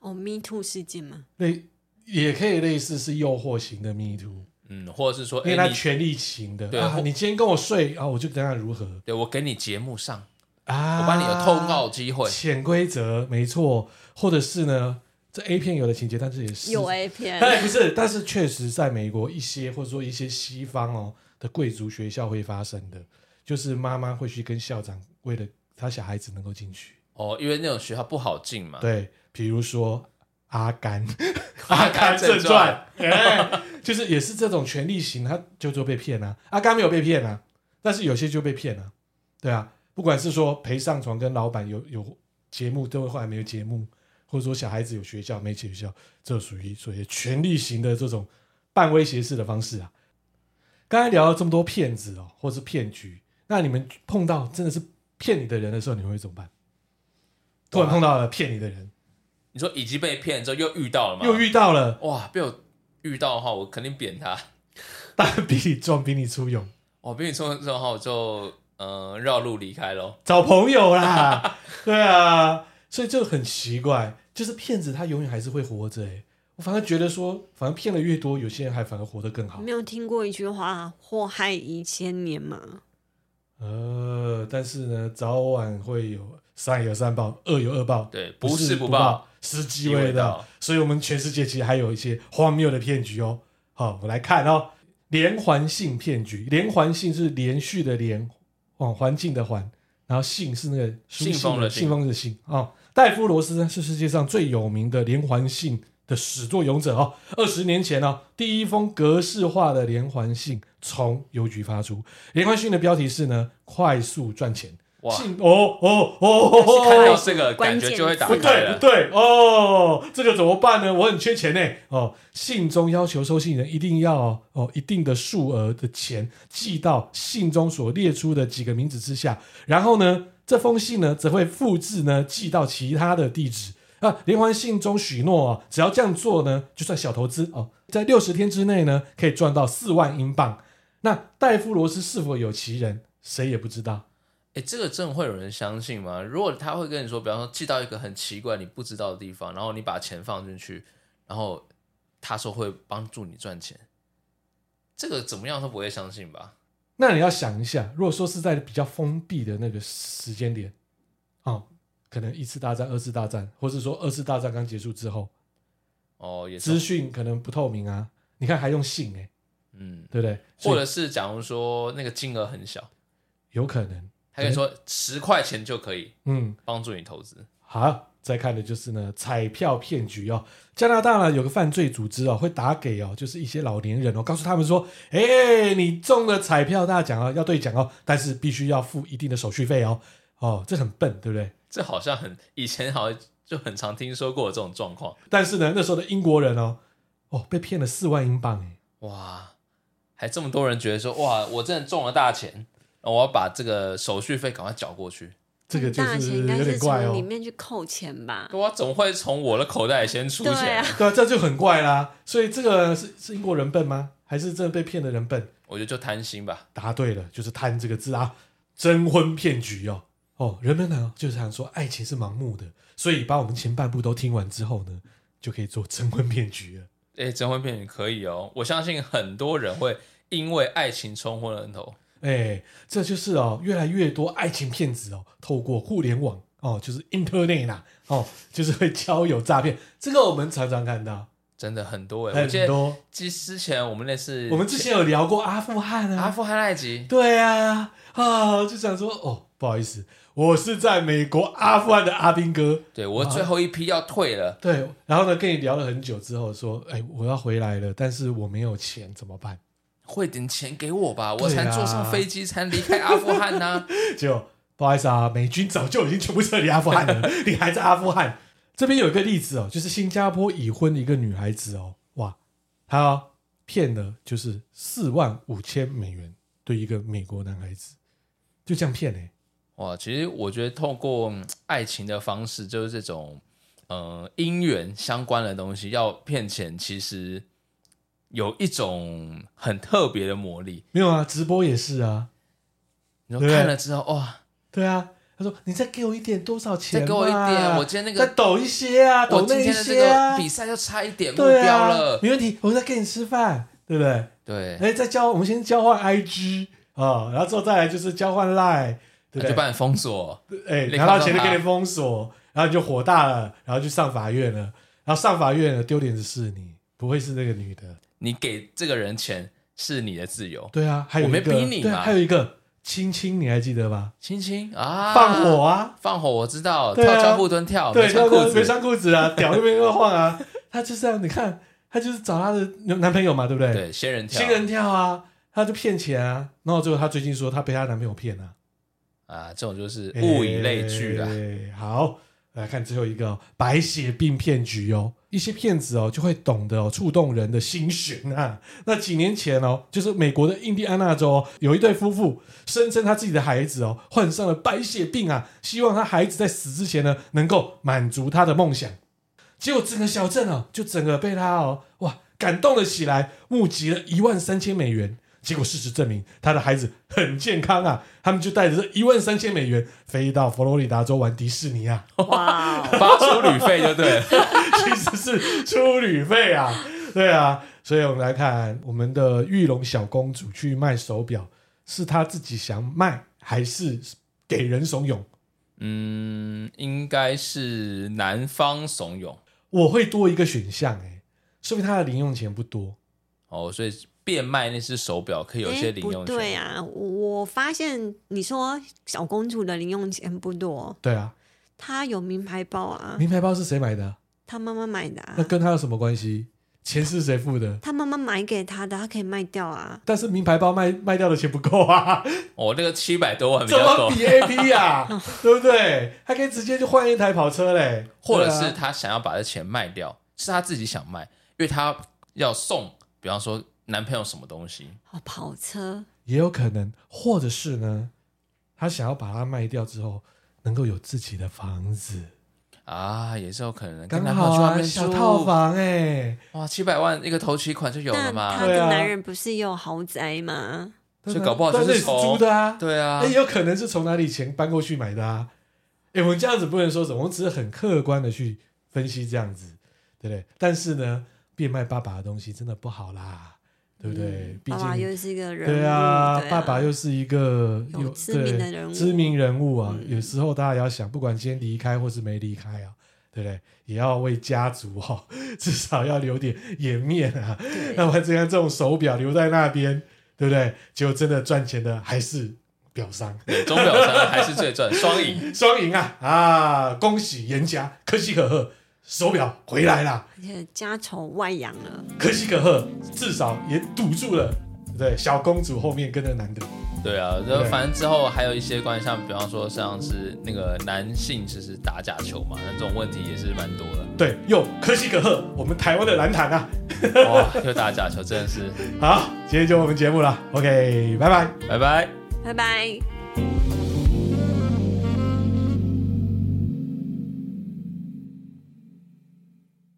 Speaker 1: 哦，Me Too 事件嘛，
Speaker 2: 类也可以类似是诱惑型的 me too，
Speaker 3: 嗯，或者是说，
Speaker 2: 因为
Speaker 3: 哎、
Speaker 2: 他
Speaker 3: 你
Speaker 2: 权力型的
Speaker 3: 对
Speaker 2: 啊，
Speaker 3: 或
Speaker 2: 你今天跟我睡啊，我就跟他如何
Speaker 3: 对我给你节目上，
Speaker 2: 啊，
Speaker 3: 我帮你有通告机会，
Speaker 2: 潜规则，没错，或者是呢，这 A 片有的情节，但是也是
Speaker 1: 有欸 A 片，
Speaker 2: 哎，不是，但是确实在美国一些或者说一些西方哦的贵族学校会发生的，就是妈妈会去跟校长为了他小孩子能够进去，
Speaker 3: 哦，因为那种学校不好进嘛。
Speaker 2: 对，比如说阿甘，
Speaker 3: 阿甘正 传，
Speaker 2: 哎，就是也是这种权力型，他就就被骗啊，阿甘没有被骗啊，但是有些就被骗啊，对啊，不管是说陪上床跟老板有有节目，都后来没有节目，或者说小孩子有学校没学校，这属于属于权力型的这种半威胁式的方式啊。刚才聊了这么多骗子哦，或是骗局，那你们碰到真的是骗你的人的时候，你们会怎么办？突
Speaker 3: 啊
Speaker 2: 然碰到了骗你的人，
Speaker 3: 你说已经被骗之后又遇到了嘛？
Speaker 2: 又遇到了，
Speaker 3: 哇，被我遇到的话，我肯定扁他。
Speaker 2: 但比你壮，比你出勇，
Speaker 3: 我被你冲了之后，我就嗯绕路离开喽。
Speaker 2: 找朋友啦， 对啊，所以就很奇怪，就是骗子他永远还是会活着、欸。我反而觉得说，反正骗的越多，有些人还反而活得更好
Speaker 1: 没。有听过一句话“祸害一千年”嘛？
Speaker 2: 呃，但是呢，早晚会有善有善报，恶有恶报，
Speaker 3: 对
Speaker 2: 不
Speaker 3: 不是
Speaker 2: 不
Speaker 3: 不报，
Speaker 2: 时机未
Speaker 3: 未到
Speaker 2: 到。所以，我们全世界其实还有一些荒谬的骗局哦。好，我们来看哦，连环性骗局，连环性是连续的连，哦，环境的环，然后性是那个书
Speaker 3: 信封的信
Speaker 2: 信封的信哦。戴夫罗斯呢是世界上最有名的连环性的始作俑者哦。二十年前哦，第一封格式化的连环信从邮局发出，连环信的标题是呢，快速赚钱。
Speaker 3: 哇
Speaker 2: 信哦哦哦哦哦，
Speaker 3: 看到
Speaker 2: 哦
Speaker 3: 这个
Speaker 1: 关
Speaker 3: 感
Speaker 1: 键字
Speaker 3: 觉就会打
Speaker 2: 不
Speaker 3: 开
Speaker 2: 对不
Speaker 3: 了。
Speaker 2: 对哦，这个怎么办呢？我很缺钱呢。哦，信中要求收信人一定要哦一定的数额的钱寄到信中所列出的几个名字之下，然后呢，这封信呢则会复制呢寄到其他的地址。啊，连环信中许诺哦，只要这样做呢，就算小投资哦，在六十天之内呢，可以赚到四万英镑。那戴夫罗斯是否有其人，谁也不知道。
Speaker 3: 哎，这个真的会有人相信吗？如果他会跟你说，比方说寄到一个很奇怪你不知道的地方，然后你把钱放进去，然后他说会帮助你赚钱，这个怎么样都不会相信吧？
Speaker 2: 那你要想一下，如果说是在比较封闭的那个时间点，哦，可能一次大战、二次大战，或是说二次大战刚结束之后，
Speaker 3: 哦，也
Speaker 2: 资
Speaker 3: 是，
Speaker 2: 讯可能不透明啊。你看还用信哎、
Speaker 3: 嗯，
Speaker 2: 对不对？
Speaker 3: 或
Speaker 2: 所以
Speaker 3: 者是假如说那个金额很小，
Speaker 2: 有可能，
Speaker 3: 他跟你说十块钱就可以
Speaker 2: 嗯，
Speaker 3: 帮助你投资，
Speaker 2: 好，再看的就是呢彩票骗局哦。加拿大呢有个犯罪组织哦，会打给哦，就是一些老年人哦，告诉他们说，哎、你中了彩票大奖哦，要兑奖哦，但是必须要付一定的手续费哦。哦，这很笨，对不对？
Speaker 3: 这好像很以前好像就很常听说过这种状况。
Speaker 2: 但是呢，那时候的英国人哦，哦，被骗了四万英镑哎，
Speaker 3: 哇，还这么多人觉得说哇，我真的中了大钱，哦我要把这个手续费赶快缴过去。
Speaker 2: 这个就
Speaker 1: 大
Speaker 2: 是
Speaker 1: 钱应该
Speaker 2: 有点
Speaker 1: 是
Speaker 2: 怪
Speaker 1: 从里
Speaker 2: 哦。
Speaker 1: 面去扣钱 吧？
Speaker 3: 我怎么啊会从我的口袋先出
Speaker 1: 对
Speaker 3: 钱？
Speaker 1: 啊
Speaker 2: 对啊，这就很怪啦。所以这个是是英国人笨吗？还是真的被骗的人笨？
Speaker 3: 我觉得就贪心吧。
Speaker 2: 答对了，就是“贪”这个字啊，征婚骗局哦。哦，人们呢就是常说爱情是盲目的，所以把我们前半部都听完之后呢，就可以做征婚骗局了。
Speaker 3: 哎，征婚骗局可以哦，我相信很多人会因为爱情冲昏了头。
Speaker 2: 哎，这就是哦，越来越多爱情骗子哦，透过互联网哦，就是 internet 啦、哦，就是会交友诈骗，这个我们常常看到
Speaker 3: 真的很多哎，我
Speaker 2: 很
Speaker 3: 记得
Speaker 2: 多。
Speaker 3: 之之前我们那次
Speaker 2: 我们之前有聊过阿富汗啊，
Speaker 3: 阿富汗那一集，
Speaker 2: 对啊，啊，就想说哦，不好意思，我是在美国阿富汗的阿兵哥。
Speaker 3: 对我最后一批要退了，
Speaker 2: 对，然后呢，跟你聊了很久之后说，哎，我要回来了，但是我没有钱，怎么办？
Speaker 3: 汇点钱给我吧，我
Speaker 2: 对啊
Speaker 3: 才坐上飞机才离开阿富 汗呐。
Speaker 2: 就不好意思啊，美军早就已经全部撤离阿富汗了， 你还在阿富汗。这边有一个例子哦，就是新加坡已婚的一个女孩子哦，哇，她哦骗了就是四万五千美元对一个美国男孩子，就这样骗欸嘞、
Speaker 3: 哇，其实我觉得透过嗯爱情的方式，就是这种呃姻缘相关的东西，要骗钱，其实有一种很特别的魔力。
Speaker 2: 没有啊，直播也是啊，
Speaker 3: 你说
Speaker 2: 对
Speaker 3: 看了之后，哇，
Speaker 2: 对啊，他说你再给我一点多少钱嘛？
Speaker 3: 再给我一点，我今天那
Speaker 2: 再
Speaker 3: 个
Speaker 2: 抖一些啊，
Speaker 3: 我
Speaker 2: 抖
Speaker 3: 今
Speaker 2: 那一
Speaker 3: 天的这
Speaker 2: 些啊
Speaker 3: 个，比赛就差一点目
Speaker 2: 对
Speaker 3: 标
Speaker 2: 啊
Speaker 3: 了，。
Speaker 2: 没问题，我再跟你吃饭，对不对？
Speaker 3: 对，
Speaker 2: 哎，再交，我们先交换 IG 啊、然后之后再来就是交换 Line，对不
Speaker 3: 我就
Speaker 2: 对？
Speaker 3: 把你封锁。
Speaker 2: 哎，
Speaker 3: 你
Speaker 2: 拿到
Speaker 3: 看到
Speaker 2: 钱就
Speaker 3: 他
Speaker 2: 给你封锁，然后你就火大了，然后就上法院了，然后上法院了，丢脸的是你，不会是那个女的，
Speaker 3: 你给这个人钱是你的自由，
Speaker 2: 对啊，还有
Speaker 3: 我没
Speaker 2: 一个
Speaker 3: 逼你
Speaker 2: 对啊，
Speaker 3: 嘛
Speaker 2: 还有一个青青，你还记得吧？
Speaker 3: 亲亲啊，
Speaker 2: 放火啊，
Speaker 3: 放火，我知道，
Speaker 2: 对
Speaker 3: 跳
Speaker 2: 啊
Speaker 3: 交互蹲跳，
Speaker 2: 对，
Speaker 3: 哦没穿
Speaker 2: 他
Speaker 3: 裤
Speaker 2: 说没
Speaker 3: 子，
Speaker 2: 穿裤子 啊，屌那边乱晃啊，他就这样，你看，他就是找他的男朋友嘛，对不对？，
Speaker 3: 对，仙人跳，
Speaker 2: 新人跳啊，他就骗钱啊，然后最后他最近说他被她男朋友骗啊，
Speaker 3: 啊，这种就是物以类聚啦。
Speaker 2: 哎好，来看最后一个、哦、白血病骗局哦，一些骗子哦就会懂得哦触动人的心弦啊。那几年前哦，就是美国的印第安纳州、哦、有一对夫妇声称他自己的孩子哦患上了白血病啊，希望他孩子在死之前呢能够满足他的梦想。结果整个小镇哦，就整个被他哦哇感动了起来，募集了一万三千美元。结果事实证明，他的孩子很健康啊！他们就带着这一万三千美元飞到佛罗里达州玩迪士尼啊，
Speaker 1: 哇哦，
Speaker 3: 发出旅费就对了。
Speaker 2: 其实是出旅费啊，对啊。所以我们来看我们的玉龙小公主去卖手表，是她自己想卖，还是给人怂恿？
Speaker 3: 嗯，应该是男方怂恿
Speaker 2: 我会多一个选项、欸，说明她的零用钱不多。
Speaker 3: 哦，所以变卖那只手表可以有一些
Speaker 1: 哎
Speaker 3: 零
Speaker 1: 不
Speaker 3: 用
Speaker 1: 对
Speaker 3: 钱。
Speaker 1: 啊！我发现你说小公主的零用钱不多，
Speaker 2: 对啊，
Speaker 1: 她有名牌包啊，
Speaker 2: 名牌包是谁买的？
Speaker 1: 她妈妈买的、啊
Speaker 2: 那，跟她有什么关系？钱是谁付的？
Speaker 1: 她妈妈买给她的，她可以卖掉啊。
Speaker 2: 但是名牌包卖卖掉的钱不够啊，
Speaker 3: 我、哦、那个七百多万比
Speaker 2: 怎
Speaker 3: 较
Speaker 2: 么
Speaker 3: 够，
Speaker 2: 比 A P 呀？对不对？还可以直接就换一台跑车嘞，
Speaker 3: 或者
Speaker 2: 对
Speaker 3: 是
Speaker 2: 啊
Speaker 3: 他想要把这钱卖掉，是他自己想卖，因为他要送，比方说男朋友什么东西，
Speaker 1: 哦，跑车，
Speaker 2: 也有可能，或者是呢，他想要把它卖掉之后，能够有自己的房子，
Speaker 3: 啊，也是有可能跟
Speaker 2: 刚
Speaker 3: 男朋友
Speaker 2: 好
Speaker 3: 去外
Speaker 2: 啊，
Speaker 3: 面
Speaker 2: 小
Speaker 3: 住
Speaker 2: 套房哎、
Speaker 3: 哇，七百万一个头期款就有了
Speaker 1: 但
Speaker 3: 嘛
Speaker 1: 她
Speaker 2: 对。
Speaker 1: 的
Speaker 2: 啊
Speaker 1: 男人不是也有豪宅吗？
Speaker 3: 所以搞不好
Speaker 2: 但
Speaker 3: 就是是
Speaker 2: 也
Speaker 3: 从
Speaker 2: 租的啊，
Speaker 3: 对啊
Speaker 2: 那，也有可能是从哪里钱搬过去买的啊。哎、我们这样子不能说什么，我们只是很客观的去分析这样子，对不对？但是呢，变卖爸爸的东西真的不好啦，对不对啊
Speaker 1: 嗯？
Speaker 2: 毕
Speaker 1: 爸爸
Speaker 2: 竟
Speaker 1: 又是一个人物，
Speaker 2: 对啊，爸爸又是一个
Speaker 1: 有知名
Speaker 2: 对
Speaker 1: 的人物嗯
Speaker 2: 知名人物啊。有时候大家也要想，不管今天离开或是没离开啊，对不对？也要为家族哦， 至少要留点颜面啊。
Speaker 1: 对
Speaker 2: 那么这样这种手表留在那边，对不对？结果真的赚钱的还是表商，
Speaker 3: 对钟表商还是最赚，双赢。
Speaker 2: 双赢啊啊！恭喜严家，可喜可贺，手表回来啦，
Speaker 1: 而且家丑外扬了。
Speaker 2: 可喜可贺，至少也堵住了。对，小公主后面跟着男的，
Speaker 3: 对啊，然后
Speaker 2: 对
Speaker 3: 反正之后还有一些关于像比方说像是那个男性就是打假球嘛，那这种问题也是蛮多的。
Speaker 2: 对，又可喜可贺，我们台湾的篮坛啊。
Speaker 3: 哇，又打假球，真的是，
Speaker 2: 好，今天就我们节目了，OK，拜拜。
Speaker 3: 拜拜。
Speaker 1: 拜拜。